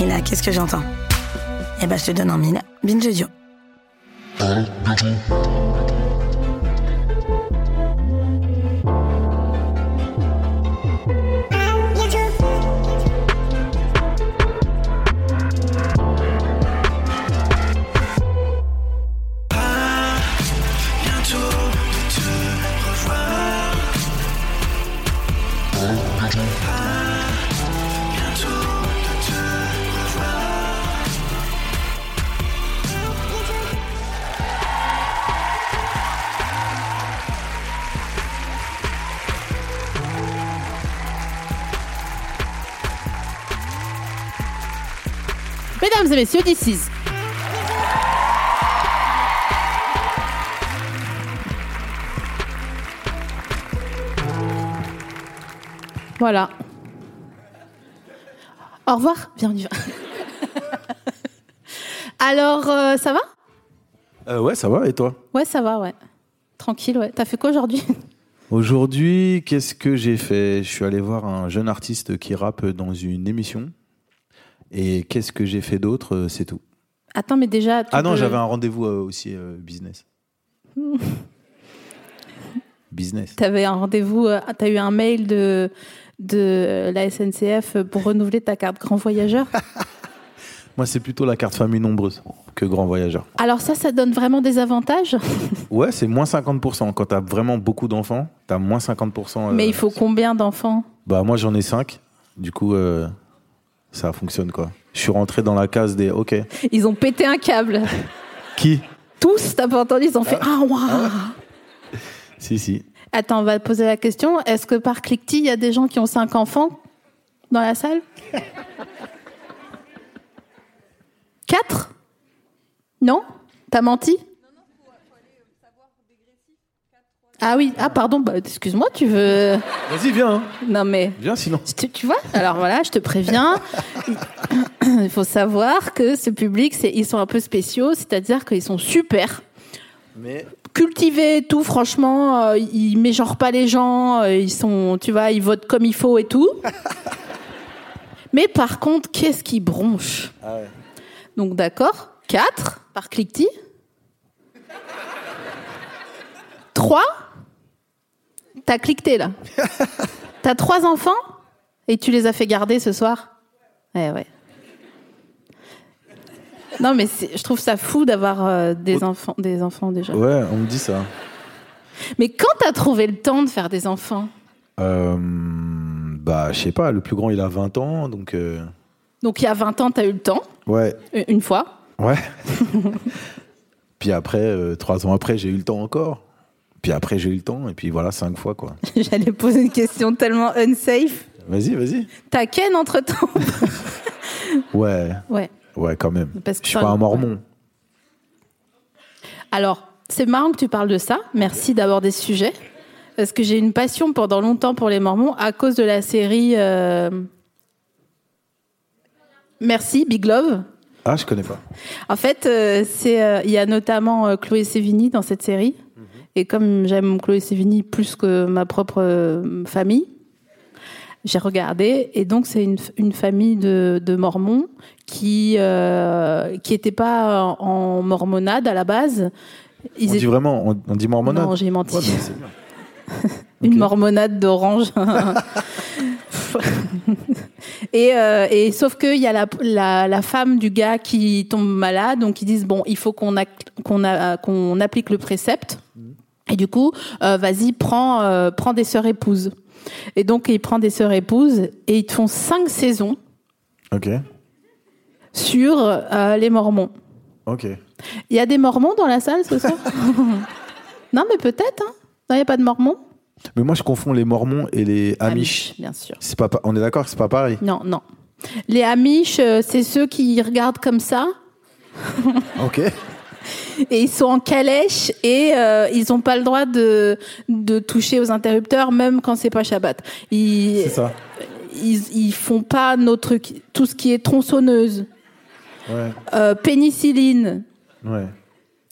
Et là, qu'est-ce que j'entends Eh ben, je te donne un mille. Binge audio. Mesdames et messieurs, this is- Voilà. Au revoir, bienvenue. Alors, euh, ça va Euh, ouais, ça va, et toi Ouais, ça va, ouais. Tranquille, ouais. T'as fait quoi aujourd'hui Aujourd'hui, qu'est-ce que j'ai fait Je suis allé voir un jeune artiste qui rappe dans une émission. Et qu'est-ce que j'ai fait d'autre Euh, C'est tout. Attends, mais déjà. tu Ah non, peux- j'avais un rendez-vous euh, aussi euh, business. business. T'avais un rendez-vous, euh, t'as eu un mail de, de la SNCF pour renouveler ta carte grand voyageur. Moi, c'est plutôt la carte famille nombreuse que grand voyageur. Alors ça, ça donne vraiment des avantages, Ouais, c'est moins 50%. Quand t'as vraiment beaucoup d'enfants, t'as moins 50%. euh, mais il faut combien d'enfants Bah, moi, j'en ai 5. Du coup, euh, ça fonctionne, quoi. Je suis rentré dans la case des OK. Ils ont pété un câble. Qui Tous, t'as pas entendu, ils ont fait Ah, waouh Si, si. Attends, on va poser la question. Est-ce que par cliquetis, il y a des gens qui ont cinq enfants dans la salle Quatre Non T'as menti Ah oui, ah pardon, bah, excuse-moi, tu veux... Vas-y, viens. hein. Non mais... Viens, sinon. Tu, tu vois Alors voilà, je te préviens. Il faut savoir que ce public, c'est, ils sont un peu spéciaux, c'est-à-dire qu'ils sont super Mais cultivés et tout. Franchement, euh, ils mégenrent pas les gens. euh, ils sont, tu vois, ils votent comme il faut et tout. Mais par contre, qu'est-ce qui bronche Donc d'accord, 4 par cliquetis. 3 T'as cliqueté là. T'as trois enfants et tu les as fait garder ce soir Eh Ouais, ouais. Non, mais c'est- je trouve ça fou d'avoir euh, des, enfants, des enfants déjà. ouais, on me dit ça. Mais quand t'as trouvé le temps de faire des enfants Euh, bah, je sais pas, le plus grand il a 20 ans, donc. euh, Donc il y a 20 ans, t'as eu le temps, Ouais, u- une fois. ouais. puis après, euh, trois ans après, j'ai eu le temps encore. Puis après, j'ai eu le temps, et puis voilà, cinq fois quoi. J'allais poser une question tellement unsafe. Vas-y, vas-y. T'as Ken entre temps Ouais, Ouais. ouais, quand même. Parce que je suis pas un mormon. Alors, c'est marrant que tu parles de ça. Merci d'aborder ce sujet. Parce que j'ai une passion pendant longtemps pour les Mormons à cause de la série. euh, Merci, Big Love. Ah, je connais pas. En fait, euh, c'est, euh, il y a notamment euh, Chloé Sevigny dans cette série. Et comme j'aime Chloé Sevigny plus que ma propre euh, famille, j'ai regardé. Et donc, c'est une, f- une famille de, de mormons qui euh, qui n'était pas en, en mormonade à la base. Ils on dit vraiment, on, on dit mormonade. Non, j'ai menti. Ouais, mais c'est bien. Une Ok. mormonade d'orange. et, euh, et sauf qu'il y a la, la, la femme du gars qui tombe malade, donc ils disent bon, il faut qu'on ac- qu'on a- qu'on applique le précepte. Et du coup, euh, vas-y, prends, euh, prends des sœurs épouses. Et donc, il prend des sœurs épouses et ils te font cinq saisons Ok, sur euh, les Mormons. ok. Il y a des Mormons dans la salle ce soir Non, mais peut-être. Hein. Non, il n'y a pas de Mormons Mais moi, je confonds les Mormons et les Amish. bien sûr. C'est pas, pa- on est d'accord que c'est pas pareil. Non, non. Les Amish, euh, c'est ceux qui regardent comme ça Ok. et ils sont en calèche et euh, ils n'ont pas le droit de, de toucher aux interrupteurs, même quand c'est pas Shabbat. Ils, C'est ça. ils, ils font pas nos trucs, tout ce qui est tronçonneuse, Ouais. euh, pénicilline. ouais.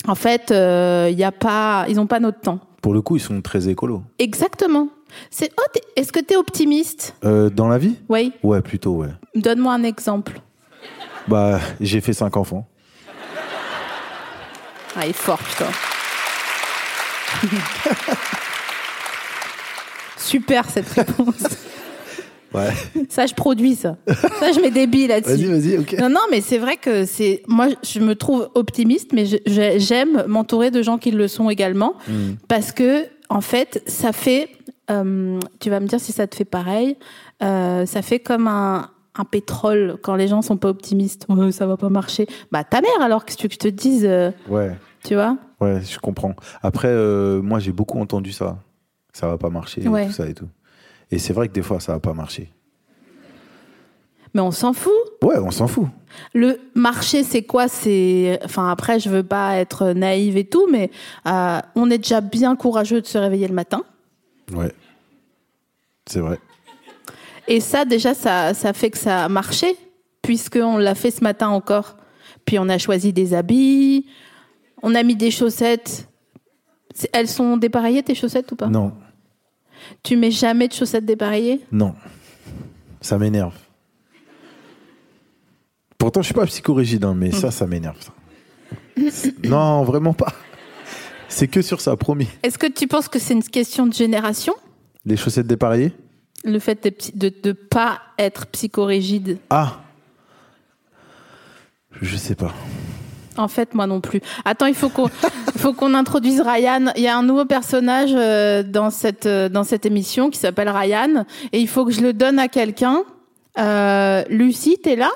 En fait, euh, y a pas, ils n'ont pas notre temps. Pour le coup, ils sont très écolos. Exactement. C'est, oh, t'es- est-ce que tu es optimiste Euh, dans la vie Oui. Ouais, plutôt, ouais. Donne-moi un exemple. Bah, j'ai fait cinq enfants. Ah, il est fort, putain. Super cette réponse. Ouais. Ça, je produis ça. Ça, je mets des billes Vas-y, là-dessus. vas-y, ok. Non, non, mais c'est vrai que c'est. Moi, je me trouve optimiste, mais je- je- j'aime m'entourer de gens qui le sont également, parce que en fait, ça fait. euh, tu vas me dire si ça te fait pareil. euh, ça fait comme un, un pétrole quand les gens sont pas optimistes. Ouais, ça va pas marcher. Bah ta mère alors qu'est-ce que tu veux que je te dise, euh, Ouais, tu vois ouais, je comprends. Après, euh, moi, j'ai beaucoup entendu ça. Ça va pas marcher, et Ouais. tout ça et tout. Et c'est vrai que des fois, ça va pas marcher. Mais on s'en fout. Ouais, on s'en fout. Le marché, c'est quoi C'est, enfin, après, je veux pas être naïve et tout, mais euh, on est déjà bien courageux de se réveiller le matin. Ouais. C'est vrai. Et ça, déjà, ça, ça fait que ça a marché, puisqu'on l'a fait ce matin encore. Puis on a choisi des habits, on a mis des chaussettes. C'est- Elles sont dépareillées, tes chaussettes ou pas Non, Tu mets jamais de chaussettes dépareillées non. Ça m'énerve. Pourtant, je suis pas psychorigide, hein, mais ça, ça m'énerve. ça. non, vraiment pas. C'est que sur ça, promis. Est-ce que tu penses que c'est une question de génération Les chaussettes dépareillées Le fait de psy- de ne pas être psychorigide Ah Je sais pas. En fait, moi non plus. Attends, il faut qu'on il faut qu'on introduise Ryan. Il y a un nouveau personnage euh, dans cette euh, dans cette émission qui s'appelle Ryan et il faut que je le donne à quelqu'un. Euh, Lucie, t'es là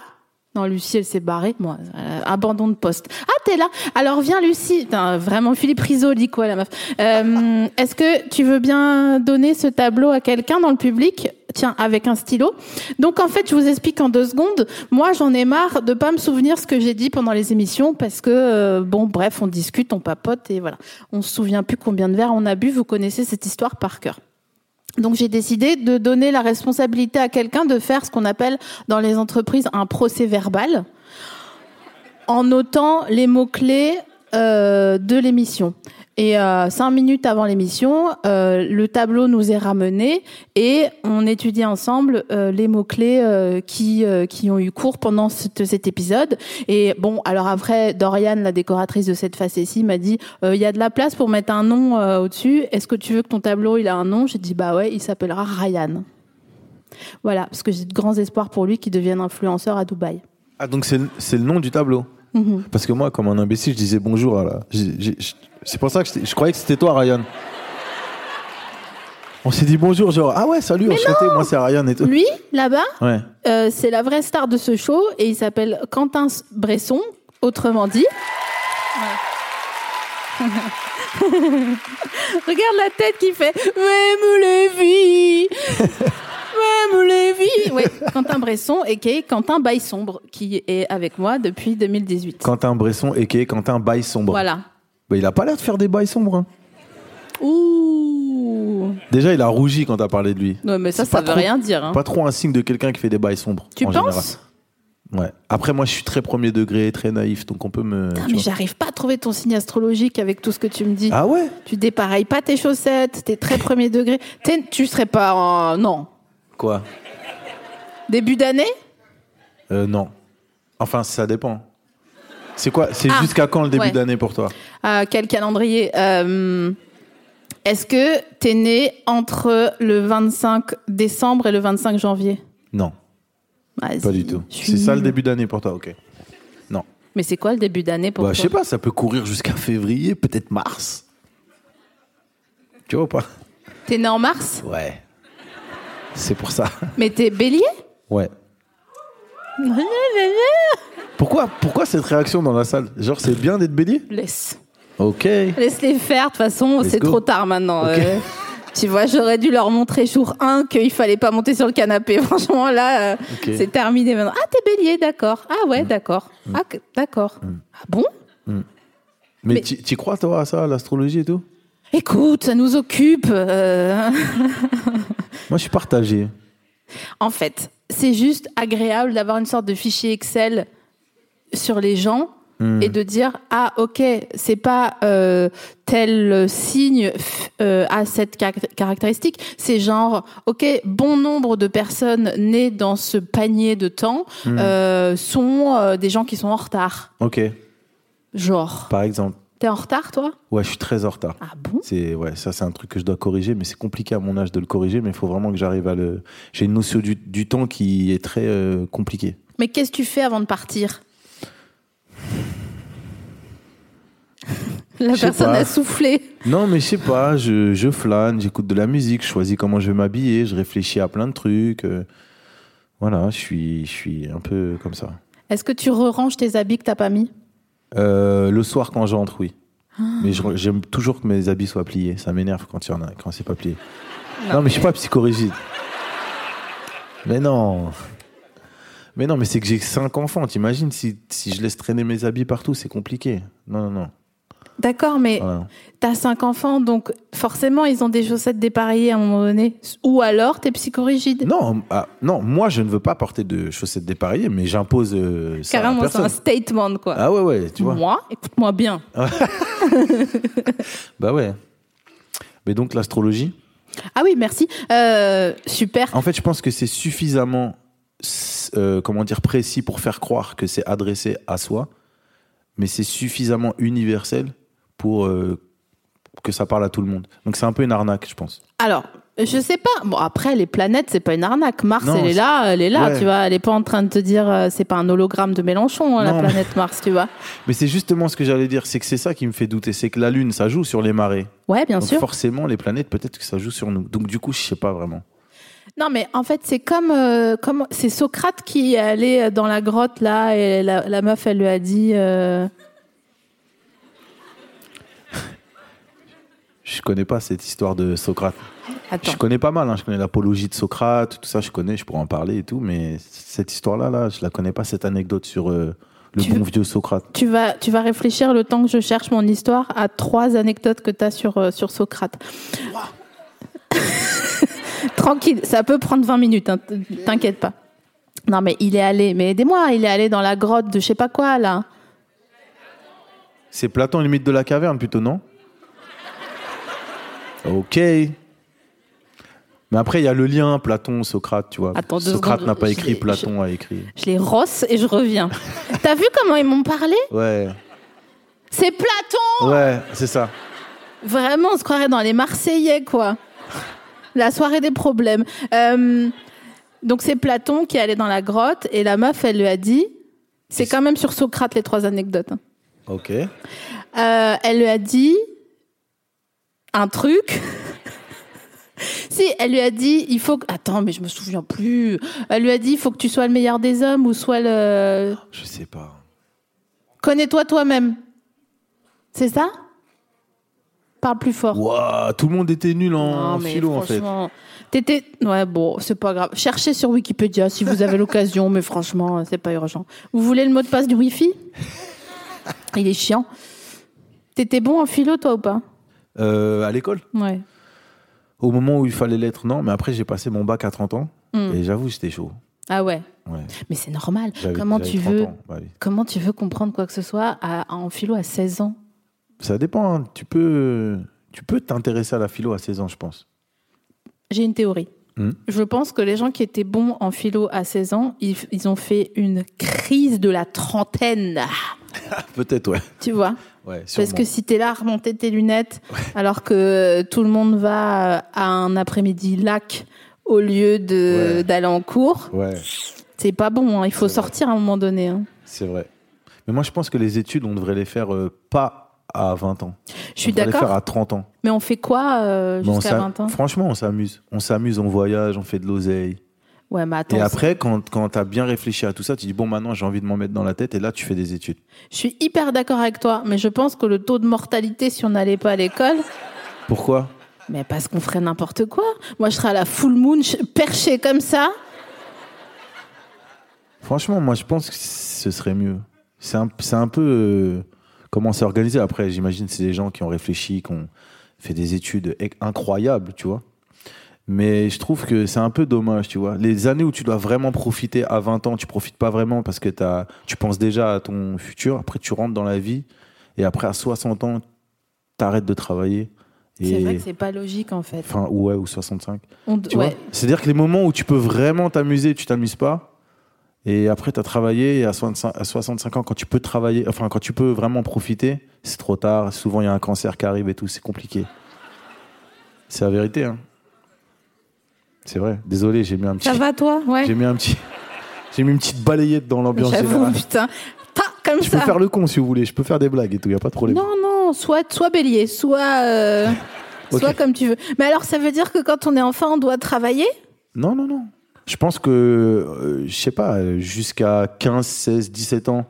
Non, Lucie, elle s'est barrée. Moi, euh, abandon de poste. Ah, t'es là Alors viens, Lucie. Putain, vraiment Philippe Risoli, quoi, la meuf. Euh, Est-ce que tu veux bien donner ce tableau à quelqu'un dans le public Tiens, avec un stylo. Donc en fait, je vous explique en deux secondes. Moi, j'en ai marre de pas me souvenir ce que j'ai dit pendant les émissions parce que euh, bon, bref, on discute, on papote et voilà. On se souvient plus combien de verres on a bu. Vous connaissez cette histoire par cœur. Donc j'ai décidé de donner la responsabilité à quelqu'un de faire ce qu'on appelle dans les entreprises un procès verbal en notant les mots-clés euh, de l'émission. Et euh, cinq minutes avant l'émission, euh, le tableau nous est ramené et on étudie ensemble euh, les mots-clés euh, qui, euh, qui ont eu cours pendant cette- cet épisode. Et bon, alors après, Dorian, la décoratrice de cette facétie, m'a dit, euh, il y a de la place pour mettre un nom euh, au-dessus. Est-ce que tu veux que ton tableau, il a un nom J'ai dit, bah ouais, il s'appellera Ryan. Voilà, parce que j'ai de grands espoirs pour lui qu'il devienne influenceur à Dubaï. Ah, donc c'est c'est le nom du tableau Mhm. Parce que moi, comme un imbécile, je disais bonjour à la. j'ai- j'ai- j'ai- C'est pour ça que j'étais- je croyais que c'était toi, Ryan. On s'est dit bonjour, genre, ah ouais, salut, enchanté, moi c'est Ryan et tout. Lui, là-bas, Ouais. Euh, c'est la vraie star de ce show et il s'appelle Quentin Bresson, autrement dit. Regarde la tête qui fait Même les vies Même les vies Oui, Quentin Bresson et qui est Quentin Baille Sombre, qui est avec moi depuis 2018. Quentin Bresson et qui est Quentin Bail Sombre. Voilà. Bah, il a pas l'air de faire des bails sombres. hein. Ouh Déjà, il a rougi quand t'as parlé de lui. Ouais, mais ça, C'est ça pas veut trop- rien dire. hein. Pas trop un signe de quelqu'un qui fait des bails sombres. Tu en penses général. Ouais. Après, moi, je suis très premier degré, très naïf, donc on peut me. Putain, tu mais vois. j'arrive pas à trouver ton signe astrologique avec tout ce que tu me dis. ah ouais Tu dépareilles pas tes chaussettes, t'es très premier degré. T'es- tu serais pas en... Non. Quoi Début d'année Euh, non. Enfin, ça dépend. C'est quoi C'est Ah, jusqu'à quand le début ouais. de l'année pour toi Ah, Quel calendrier Euh, Est-ce que t'es né entre le 25 décembre et le 25 janvier Non, Vas-y, pas du tout. je suis C'est ça le nulle. début d'année pour toi, ok. Non. Mais c'est quoi le début d'année pour Bah, je sais toi pas, ça peut courir jusqu'à février, peut-être mars. Tu vois ou pas T'es né en mars Ouais. C'est pour ça. Mais t'es bélier Ouais. Pourquoi, pourquoi cette réaction dans la salle Genre, c'est bien d'être bélier Laisse. Ok. Laisse les faire, de toute façon, Let's c'est go. trop tard maintenant. Ok. euh. Tu vois, j'aurais dû leur montrer jour 1 qu'il fallait pas monter sur le canapé. Franchement, là, euh, Ok. Mm. c'est terminé maintenant. Ah, t'es bélier, d'accord. Ah ouais, d'accord. Ah, que- d'accord. Ah bon Mais, Mais- tu tu crois, toi, à ça, à l'astrologie et tout Écoute, ça nous occupe. euh. Moi, je suis partagé. En fait, c'est juste agréable d'avoir une sorte de fichier Excel sur les gens Hmm. et de dire ah ok c'est pas euh, tel signe f- euh, a cette caract- caractéristique c'est genre ok bon nombre de personnes nées dans ce panier de temps Hmm. euh, sont euh, des gens qui sont en retard Ok, genre par exemple. t'es en retard toi Ouais, je suis très en retard. ah bon C'est ouais, ça c'est un truc que je dois corriger, mais c'est compliqué à mon âge de le corriger. Mais il faut vraiment que j'arrive à le. J'ai une notion du, du temps qui est très euh, compliquée. mais qu'est-ce que tu fais avant de partir la Je sais personne pas. a soufflé Non, mais je sais pas. Je, je flâne, j'écoute de la musique, je choisis comment je vais m'habiller, je réfléchis à plein de trucs. euh, voilà, je suis je suis un peu comme ça. Est-ce que tu re-ranges tes habits que t'as pas mis Euh, le soir quand j'entre, oui. Ah. Mais je- j'aime toujours que mes habits soient pliés. Ça m'énerve quand il y en a, quand c'est pas plié. Ah. Non, mais je suis pas psychorigide. Mais non. Mais non, mais c'est que j'ai cinq enfants. T'imagines si, si je laisse traîner mes habits partout, c'est compliqué. Non, non, non. D'accord, mais Voilà. t'as cinq enfants, donc forcément ils ont des chaussettes dépareillées à un moment donné. Ou alors t'es psychorigide. Non, ah, non, moi je ne veux pas porter de chaussettes dépareillées, mais j'impose euh, ça à Carrément, c'est personne. un statement, quoi. Ah ouais, ouais, tu vois. Moi, écoute-moi bien. Bah ouais. Mais donc l'astrologie Ah oui, merci. Euh, super. En fait, je pense que c'est suffisamment s- euh, comment dire précis pour faire croire que c'est adressé à soi, mais c'est suffisamment universel pour euh, que ça parle à tout le monde. Donc c'est un peu une arnaque, je pense. Alors, je sais pas. Bon, après, les planètes, c'est pas une arnaque. Mars, Non, elle est c'est- là, elle est là, Ouais. tu vois. Elle est pas en train de te dire, euh, c'est pas un hologramme de Mélenchon, hein, la Non, mais- planète Mars, tu vois. Mais c'est justement ce que j'allais dire, c'est que c'est ça qui me fait douter, c'est que la lune, ça joue sur les marées. Ouais, bien Donc sûr. forcément, les planètes, peut-être que ça joue sur nous. Donc du coup, je sais pas vraiment. Non, mais en fait, c'est comme, euh, comme c'est Socrate qui est allé dans la grotte là, et la, la meuf, elle lui a dit. euh, Je connais pas cette histoire de Socrate. Attends. Je connais pas mal, hein, je connais l'apologie de Socrate, tout ça, je connais, je pourrais en parler et tout, mais cette histoire-là, là, je la connais pas, cette anecdote sur euh, le Tu bon veux- vieux Socrate. Tu vas, tu vas réfléchir le temps que je cherche mon histoire à trois anecdotes que tu as sur, euh, sur Socrate. Tranquille, ça peut prendre 20 minutes, hein, t- t'inquiète pas. Non, mais il est allé, mais aidez-moi, il est allé dans la grotte de je sais pas quoi là. C'est Platon, le mythe de la caverne, plutôt, non Ok. Mais après, il y a le lien Platon, Socrate, tu vois. Attends deux Socrate secondes, n'a pas je écrit, l'ai- Platon a écrit. Je les rosse et je reviens. T'as vu comment ils m'ont parlé Ouais, C'est Platon ouais, c'est ça. Vraiment, on se croirait dans les Marseillais, quoi. La soirée des problèmes. Euh, donc c'est Platon qui est allé dans la grotte et la meuf, elle lui a dit, c'est quand même sur Socrate les trois anecdotes. hein. Ok. Euh, elle lui a dit un truc. si, elle lui a dit, il faut que... Attends, mais je me souviens plus. Elle lui a dit, il faut que tu sois le meilleur des hommes ou soit le... Je sais pas. Connais-toi toi-même. C'est ça Parle plus fort. Waouh, tout le monde était nul en Non, mais philo, en fait. franchement, T'étais. Ouais, bon, c'est pas grave. Cherchez sur Wikipédia si vous avez l'occasion, mais franchement, c'est pas urgent. Vous voulez le mot de passe du Wi-Fi Il est chiant. T'étais bon en philo, toi, ou pas Euh, à l'école Ouais. Au moment où il fallait l'être, non, mais après, j'ai passé mon bac à 30 ans, Hmm. et j'avoue, j'étais chaud. Ah ouais. Ouais. Mais c'est normal. J'avais- Comment j'avais tu 30 veux ans, bah oui. Comment tu veux comprendre quoi que ce soit à- en philo à 16 ans Ça dépend, hein. tu peux tu peux t'intéresser à la philo à 16 ans, je pense. J'ai une théorie. Hmm. Je pense que les gens qui étaient bons en philo à 16 ans, ils, ils ont fait une crise de la trentaine. Peut-être, ouais. Tu vois ouais Parce sûrement. que si t'es là à remonter tes lunettes, alors que euh, tout le monde va euh, à un après-midi lac au lieu de Ouais. d'aller en cours, Ouais, c'est pas bon. hein. Il faut sortir à un moment donné. hein. c'est vrai. Mais moi, je pense que les études, on devrait les faire euh, pas à 20 ans. Je suis On devrait les faire d'accord. à 30 ans. Mais on fait quoi euh, Mais on jusqu'à s'a- 20 ans Franchement, on s'amuse. On s'amuse, on voyage, on fait de l'oseille. Ouais, mais attends. Et après, quand, quand tu as bien réfléchi à tout ça, tu dis, bon, maintenant, j'ai envie de m'en mettre dans la tête. Et là, tu fais des études. Je suis hyper d'accord avec toi, mais je pense que le taux de mortalité si on n'allait pas à l'école, Pourquoi Mais parce qu'on ferait n'importe quoi. Moi, je serais à la full moon, je- perchée comme ça. Franchement, moi, je pense que ce serait mieux. C'est un, c'est un peu euh, comment c'est organisé. Après, j'imagine que c'est des gens qui ont réfléchi, qui ont fait des études ec- incroyables, tu vois. Mais je trouve que c'est un peu dommage, tu vois. Les années où tu dois vraiment profiter à 20 ans, tu profites pas vraiment parce que t'as- tu penses déjà à ton futur. Après, tu rentres dans la vie. Et après, à 60 ans, t'arrêtes de travailler. C'est Et- vrai que c'est pas logique, en fait. Enfin, ouais, ou 65. On d- Tu ouais. vois C'est-à-dire que les moments où tu peux vraiment t'amuser, tu t'amuses pas. Et après, tu as travaillé et à 65, à 65 ans, quand tu peux travailler, enfin, quand tu peux vraiment profiter, c'est trop tard. Souvent, il y a un cancer qui arrive et tout, c'est compliqué. C'est la vérité, hein. C'est vrai. Désolé, j'ai mis un petit. Ça va, toi J'ai Ouais. mis un petit. J'ai mis une petite balayette dans l'ambiance J'avoue, générale. putain. Ta, comme Je peux ça. faire le con si vous voulez, je peux faire des blagues et tout, il n'y a pas de problème. Non, non, soit, soit bélier, soit, euh, Ok. soit comme tu veux. Mais alors, ça veut dire que quand on est enfant, on doit travailler Non, non, non. Je pense que, euh, je sais pas, euh, jusqu'à 15, 16, 17 ans,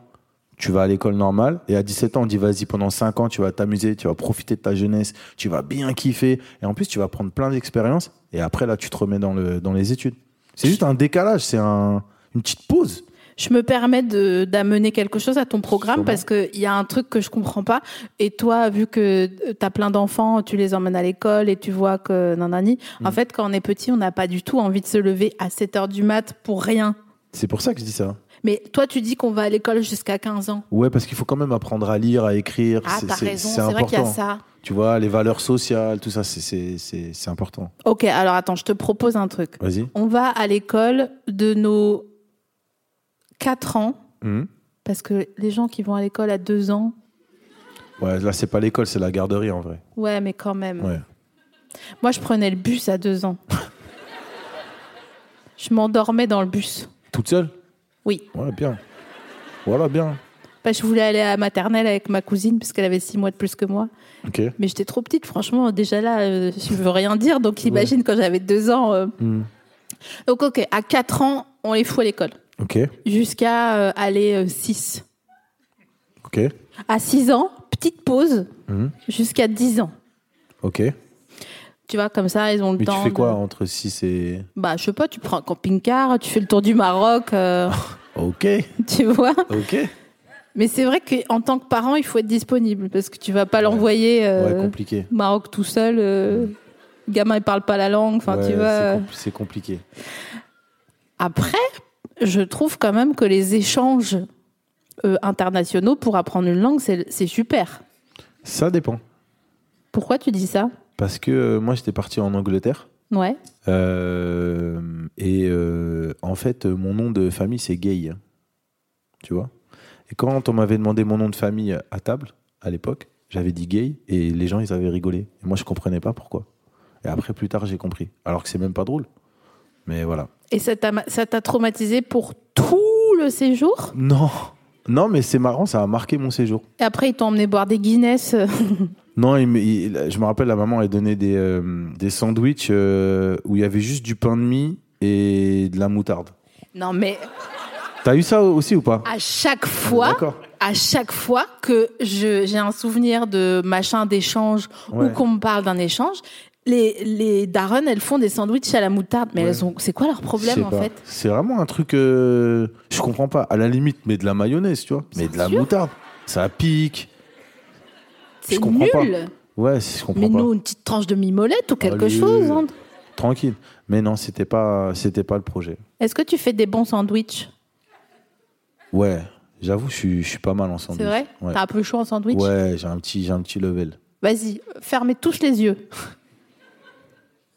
tu vas à l'école normale. Et à 17 ans, on dit vas-y, pendant 5 ans, tu vas t'amuser, tu vas profiter de ta jeunesse, tu vas bien kiffer. Et en plus, tu vas prendre plein d'expériences. Et après, là, tu te remets dans, le, dans les études. C'est juste un décalage, c'est un, une petite pause. Je me permets de- d'amener quelque chose à ton programme Sûrement. parce qu'il y a un truc que je comprends pas. Et toi, vu que tu as plein d'enfants, tu les emmènes à l'école et tu vois que nanani. Mm. En fait, quand on est petit, on n'a pas du tout envie de se lever à 7 heures du mat pour rien. C'est pour ça que je dis ça. Mais toi, tu dis qu'on va à l'école jusqu'à 15 ans. Ouais, parce qu'il faut quand même apprendre à lire, à écrire. Ah, c'est- t'as c'est- raison, c'est c'est vrai qu'il y a important. ça. Tu vois, les valeurs sociales, tout ça, c'est- c'est c'est- c'est important. Ok, alors attends, je te propose un truc. Vas-y. On va à l'école de nos 4 ans, Mhm. parce que les gens qui vont à l'école à 2 ans, Ouais, là, c'est pas l'école, c'est la garderie en vrai. ouais, mais quand même. Ouais. Moi, je prenais le bus à 2 ans. je m'endormais dans le bus. Toute seule Oui. Ouais, bien. Voilà, bien. Parce que je voulais aller à la maternelle avec ma cousine, parce qu'elle avait 6 mois de plus que moi. Ok. Mais j'étais trop petite, franchement, déjà là, euh, je veux rien dire, donc imagine quand j'avais 2 ans. euh. Donc, ok, à 4 ans, on les fout à l'école. Ok. Jusqu'à euh, aller 6. Ok. À 6 ans, petite pause, Mhm. jusqu'à 10 ans. Ok. Tu vois, comme ça, ils ont le Mais temps. tu fais de- quoi hein entre 6 et. Bah, je sais pas, tu prends un camping-car, tu fais le tour du Maroc, euh, Ok. tu vois. Ok. Mais c'est vrai qu'en tant que parent, il faut être disponible parce que tu vas pas l'envoyer euh, ouais, compliqué. au Maroc tout seul. euh, le gamin, il parle pas la langue. Enfin, Ouais, tu c'est vois. euh. compli- C'est compliqué. Après, je trouve quand même que les échanges euh, internationaux pour apprendre une langue, c'est c'est super. Ça dépend. Pourquoi tu dis ça Parce que euh, moi, j'étais parti en Angleterre. Ouais. Euh, et euh, en fait, euh, mon nom de famille, c'est Gay. hein. Tu vois Et quand on m'avait demandé mon nom de famille à table, à l'époque, j'avais dit Gay et les gens, ils avaient rigolé. Et moi, je comprenais pas pourquoi. Et après, plus tard, j'ai compris. Alors que c'est même pas drôle. Mais voilà. Et ça t'a ma- ça t'a traumatisé pour tout le séjour Non Non, mais c'est marrant, ça a marqué mon séjour. Et après, ils t'ont emmené boire des Guinness. euh. Non, il me- il- je me rappelle, la maman, elle donnait des, euh, des sandwichs euh, où il y avait juste du pain de mie et de la moutarde. non, mais T'as eu ça aussi ou pas à chaque fois, D'accord. à chaque fois que je- j'ai un souvenir de machin d'échange ou Ouais. qu'on me parle d'un échange, les, les darons, elles font des sandwichs à la moutarde. Mais Ouais. elles ont, c'est quoi leur Je problème sais en pas. fait C'est vraiment un truc. euh, je comprends pas. À la limite, mais de la mayonnaise, tu vois. Mais de la sûr. moutarde. Ça pique. C'est comprends nul. pas. Ouais, c'est- je comprends Mais pas. nous, une petite tranche de mimolette ou quelque Allez, chose. hein. Tranquille. Mais non, c'était pas, c'était pas le projet. Est-ce que tu fais des bons sandwichs Ouais, j'avoue, je suis, je suis pas mal en sandwich. C'est vrai Ouais, T'as un peu chaud en sandwich Ouais, j'ai un petit, j'ai un petit level. Vas-y, fermez tous les yeux.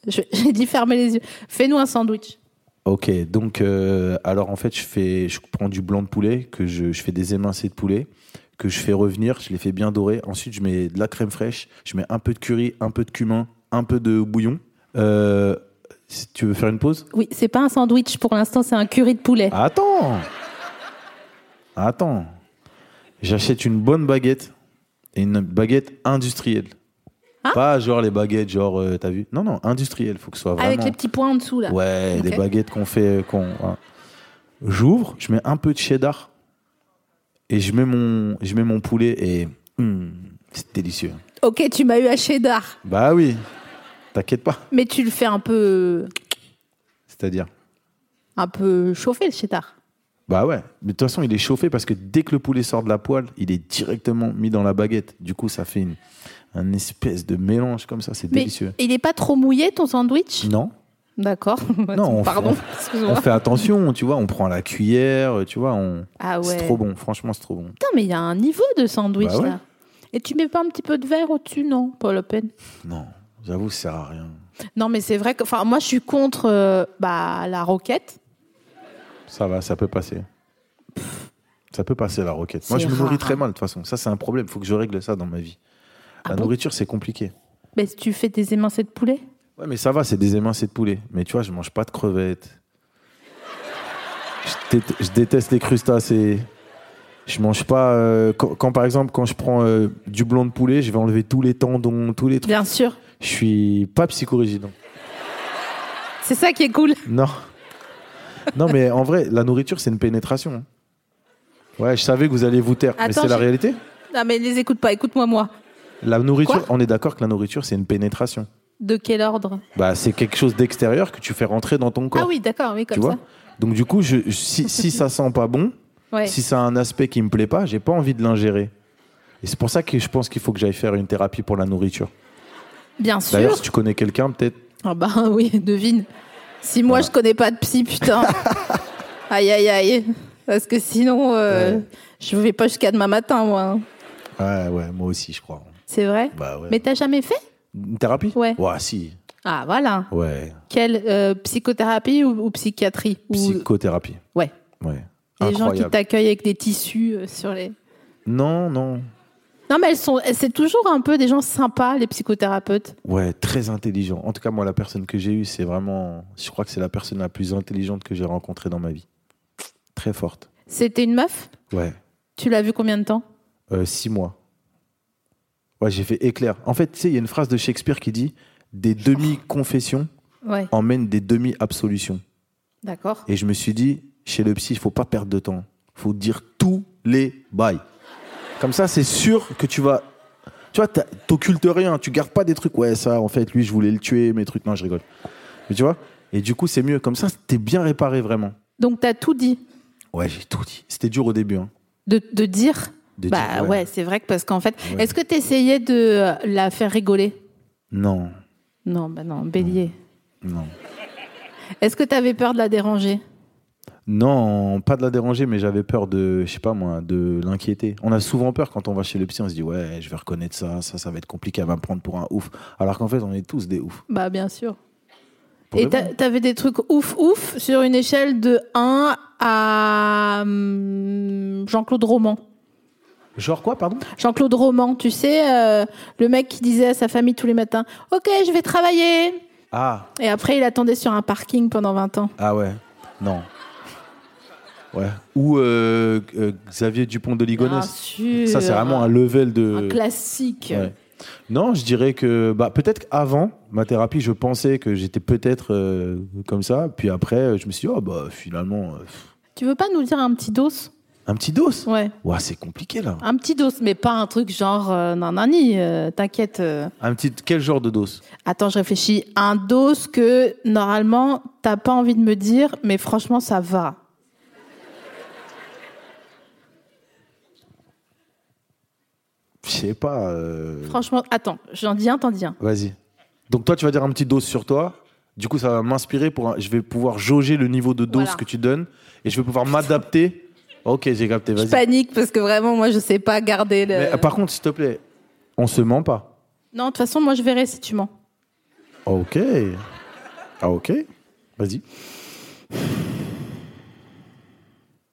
Je- J'ai dit fermez les yeux. Fais-nous un sandwich. Ok, donc euh, alors en fait je fais, je prends du blanc de poulet que je, je fais des émincés de poulet que je fais revenir, je les fais bien dorer. Ensuite je mets de la crème fraîche, je mets un peu de curry, un peu de cumin, un peu de bouillon. Euh, si tu veux faire une pause Oui, c'est pas un sandwich pour l'instant, c'est un curry de poulet. Ah, Attends, attends. J'achète une bonne baguette et une baguette industrielle. Ah. Pas genre les baguettes genre euh, t'as vu Non non industrielle, faut que ce soit vraiment. Avec les petits points en dessous là. Ouais, Ok. des baguettes qu'on fait. euh, qu'on voilà. J'ouvre, je mets un peu de cheddar et je mets mon, je mets mon poulet et hum, c'est délicieux. Ok, tu m'as eu à cheddar. Bah oui. T'inquiète pas. Mais tu le fais un peu, C'est-à-dire. un peu chauffer le cheddar. Bah ouais, mais de toute façon, il est chauffé parce que dès que le poulet sort de la poêle, il est directement mis dans la baguette. Du coup, ça fait une, un espèce de mélange comme ça, c'est Mais délicieux. il n'est pas trop mouillé ton sandwich Non, D'accord. non, on, Pardon. fait, on- on, excuse-moi. fait attention, tu vois, on prend la cuillère, tu vois, on... Ah ouais. c'est trop bon, franchement, c'est trop bon. Putain, mais il y a un niveau de sandwich Bah ouais. là. Et tu mets pas un petit peu de verre au-dessus, non Pas la peine. Non, j'avoue, ça sert à rien. Non, mais c'est vrai que. Enfin, moi, je suis contre euh, bah, la roquette. Ça va, ça peut passer. Ça peut passer la roquette. Moi, C'est je me nourris rare, très hein. mal, de toute façon. Ça, c'est un problème. Il faut que je règle ça dans ma vie. la bon nourriture, c'est compliqué. Mais tu fais des émincés de poulet Ouais, mais ça va, c'est des émincés de poulet. Mais tu vois, je mange pas de crevettes. Je, dét- je déteste les crustacés. Je mange pas. euh, quand, quand, par exemple, quand je prends euh, du blanc de poulet, je vais enlever tous les tendons, tous les trucs. Bien sûr. Je suis pas psychorigide. C'est ça qui est cool. Non. Non, mais en vrai, la nourriture, c'est une pénétration. hein. Ouais, je savais que vous alliez vous taire, Attends, mais c'est la je- réalité. Non, mais les écoute pas, écoute-moi, moi. La nourriture, Quoi on est d'accord que la nourriture, c'est une pénétration. De quel ordre Bah, c'est quelque chose d'extérieur que tu fais rentrer dans ton corps. Ah oui, d'accord, oui, tu comme vois ça. Donc du coup, je, je- si, si ça sent pas bon, Ouais. si ça a un aspect qui me plaît pas, j'ai pas envie de l'ingérer. Et c'est pour ça que je pense qu'il faut que j'aille faire une thérapie pour la nourriture. Bien sûr. D'ailleurs, si tu connais quelqu'un, peut-être. Ah bah oui, devine. Si moi je connais pas de psy, putain. aïe aïe aïe. Parce que sinon, euh, Ouais. je vais pas jusqu'à demain matin, moi. hein. Ouais, ouais, moi aussi, je crois. C'est vrai Bah ouais. Mais t'as jamais fait Une thérapie Ouais. Ouais, si. Ah voilà. Ouais. Quelle euh, psychothérapie ou, ou psychiatrie ou... Psychothérapie. Ouais. Ouais. Les gens qui Incroyable. t'accueillent avec des tissus euh, sur les. non, non. Non mais elles sont, c'est toujours un peu des gens sympas les psychothérapeutes. Ouais, très intelligent. En tout cas, moi, la personne que j'ai eue, c'est vraiment. Je crois que c'est la personne la plus intelligente que j'ai rencontrée dans ma vie. Très forte. C'était une meuf Ouais. Tu l'as vu combien de temps Euh, six mois. Ouais, j'ai fait éclair. En fait, tu sais, il y a une phrase de Shakespeare qui dit Des demi-confessions Ouais, emmènent des demi-absolutions. d'accord. Et je me suis dit Chez le psy, il faut pas perdre de temps. faut dire tous les bails. Comme ça, c'est sûr que tu vas. Tu vois, t'as- t'occultes rien. Tu gardes pas des trucs. Ouais, ça, en fait, lui, je voulais le tuer, mes trucs. Non, je rigole. Mais tu vois Et du coup, c'est mieux. Comme ça, t'es bien réparé, vraiment. Donc t'as tout dit Ouais, j'ai tout dit. C'était dur au début. hein. de, de dire. De bah dire, ouais, ouais. c'est vrai que parce qu'en fait, Ouais. est-ce que tu essayais de euh, la faire rigoler Non, Non, bah non, bélier. non. Est-ce que tu avais peur de la déranger Non, pas de la déranger, mais j'avais peur de, je sais pas moi, de l'inquiéter. On a souvent peur quand on va chez le psy, on se dit ouais, je vais reconnaître ça, ça, ça va être compliqué, elle va me prendre pour un ouf. Alors qu'en fait, on est tous des oufs. Bah bien sûr. Pour Et de vrai. t'a- t'avais des trucs ouf ouf sur une échelle de 1 à hum, Jean-Claude Roman. Genre quoi, pardon Jean-Claude Roman, tu sais, euh, le mec qui disait à sa famille tous les matins Ok, je vais travailler. Ah, Et après, il attendait sur un parking pendant 20 ans. ah ouais, non. Ouais. Ou euh, euh, Xavier Dupont de Ligonnès. Ah, sûr. Ça, c'est vraiment un level de. Un classique. Ouais. Non, je dirais que bah, peut-être qu'avant ma thérapie, je pensais que j'étais peut-être euh, comme ça. Puis après, euh, je me suis dit, oh, bah, finalement, euh, pff, Tu veux pas nous dire un petit dos un petit dos. Ouais. Ouais. c'est compliqué là. Un petit dos, mais pas un truc genre euh, nanani, euh, t'inquiète. euh. Un petit, quel genre de dos Attends, je réfléchis. Un dos que normalement t'as pas envie de me dire, mais franchement ça va. Je sais pas. euh, Franchement, attends, j'en dis un, t'en dis un. Vas-y. Donc toi, tu vas dire un petit dos sur toi. Du coup, ça va m'inspirer pour. un- Je vais pouvoir jauger le niveau de dos Voilà. que tu donnes et je vais pouvoir m'adapter. Ok, j'ai capté. Je Vas-y. panique parce que vraiment moi je sais pas garder le. Mais, euh, par contre, s'il te plaît, on se ment pas. Non, de toute façon moi je verrai si tu mens. Ok. Ah ok. Vas-y.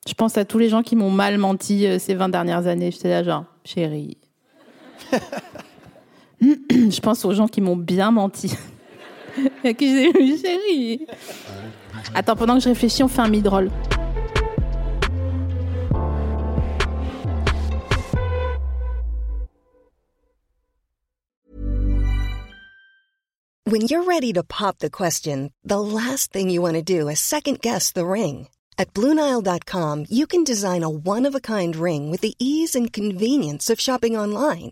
Je pense à tous les gens qui m'ont mal menti euh, ces 20 dernières années. J'étais là genre chérie. je pense aux gens qui m'ont bien menti. Et à qui j'ai eu chérie. Attends, pendant que je réfléchis, on fait un mid-roll. When you're ready to pop the question, the last thing you want to do is second guess the ring. At Bluenile.com, you can design a one of a kind ring with the ease and convenience of shopping online.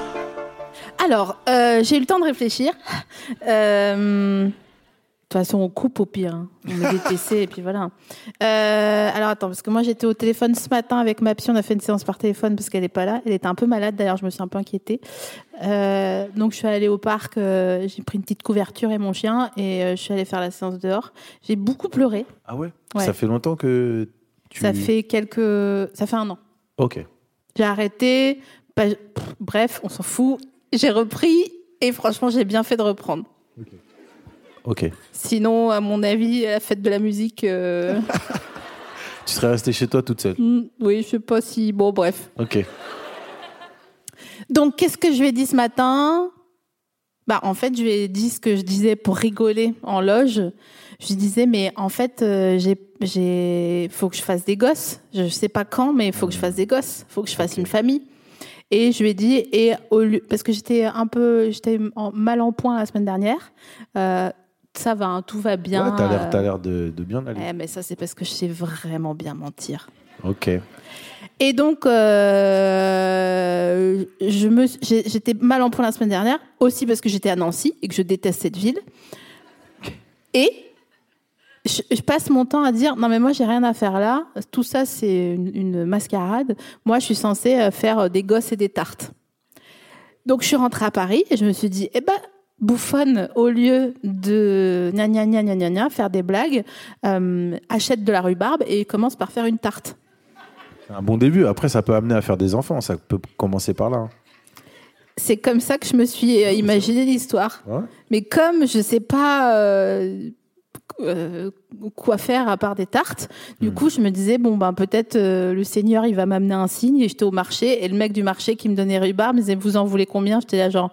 Alors, euh, j'ai eu le temps de réfléchir. Euh, De toute façon, on coupe au pire. hein. On est détesté et puis voilà. Euh, alors attends, parce que moi j'étais au téléphone ce matin avec ma psy, on a fait une séance par téléphone parce qu'elle n'est pas là. Elle était un peu malade d'ailleurs, je me suis un peu inquiétée. Euh, donc je suis allée au parc, euh, j'ai pris une petite couverture et mon chien et euh, je suis allée faire la séance dehors. J'ai beaucoup pleuré. Ah ouais, Ouais. Ça fait longtemps que tu. Ça fait quelques, ça fait un an. Ok. J'ai arrêté. pas- pff, Bref, on s'en fout. J'ai repris et franchement j'ai bien fait de reprendre. Ok. Sinon, à mon avis, à la fête de la musique, euh, Tu serais restée chez toi toute seule. hmm, oui, je sais pas si. Bon, bref. Ok. Donc, qu'est-ce que je lui ai dit ce matin Bah, en fait, je lui ai dit ce que je disais pour rigoler en loge. Je lui disais, mais en fait, euh, j'ai, j'ai, faut que je fasse des gosses. Je sais pas quand, mais il faut que je fasse des gosses. Faut que je fasse une famille. Et je lui ai dit, et au lieu- parce que j'étais un peu, j'étais en- mal en point la semaine dernière. Euh, ça va, hein, tout va bien. Ouais, t'as l'air- euh, t'as l'air de, de bien aller. ouais, Eh, mais ça, c'est parce que je sais vraiment bien mentir. Ok. Et donc, euh, je me, suis- j'ai- j'étais mal en point la semaine dernière, aussi parce que j'étais à Nancy et que je déteste cette ville. Et je, je passe mon temps à dire non mais moi j'ai rien à faire là, tout ça c'est une, une mascarade. Moi je suis censée euh, faire euh, des gosses et des tartes. Donc je suis rentrée à Paris et je me suis dit eh ben bouffonne au lieu de gna gna gna gna gna gna, faire des blagues, euh, achète de la rhubarbe et commence par faire une tarte. C'est un bon début. Après, ça peut amener à faire des enfants. Ça peut commencer par là. hein. C'est comme ça que je me Ah, suis euh, imaginé l'histoire. Ouais. Mais comme je sais pas euh, euh, quoi faire à part des tartes, du Hmm. coup je me disais bon ben peut-être euh, le seigneur il va m'amener un signe et j'étais au marché et le mec du marché qui me donnait rhubarbe me disait vous en voulez combien J'étais là genre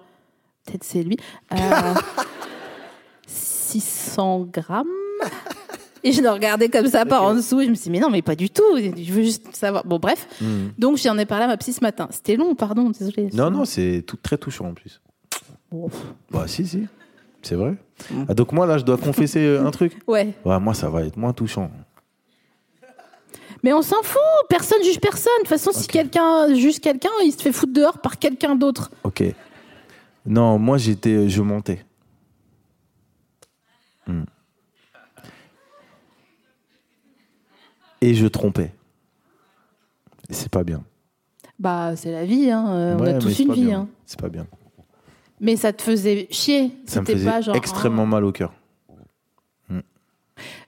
peut-être c'est lui. Euh, 600 grammes. Et je le regardais comme ça par en dessous et je me suis dit mais non mais pas du tout, je veux juste savoir. Bon bref, donc j'en ai parlé à ma psy ce matin. C'était long, pardon, désolé. Hmm. Non, non, c'est tout très touchant en plus. Bah, si, si. C'est vrai. Mm. Ah, donc, moi, là, je dois confesser euh, un truc. Ouais. Ouais, moi, ça va être moins touchant. Mais on s'en fout, personne juge personne. De toute façon, si quelqu'un juge quelqu'un, il se fait foutre dehors par quelqu'un d'autre. Ok. Non, moi, j'étais. euh, Je montais. Hmm. Et je trompais. Et C'est pas bien. Bah, c'est la vie, hein. euh, on Ouais, a mais tous c'est une pas vie. bien. Hein. C'est pas bien. Mais ça te faisait chier. Ça me C'était faisait pas genre, extrêmement mal au cœur. ah.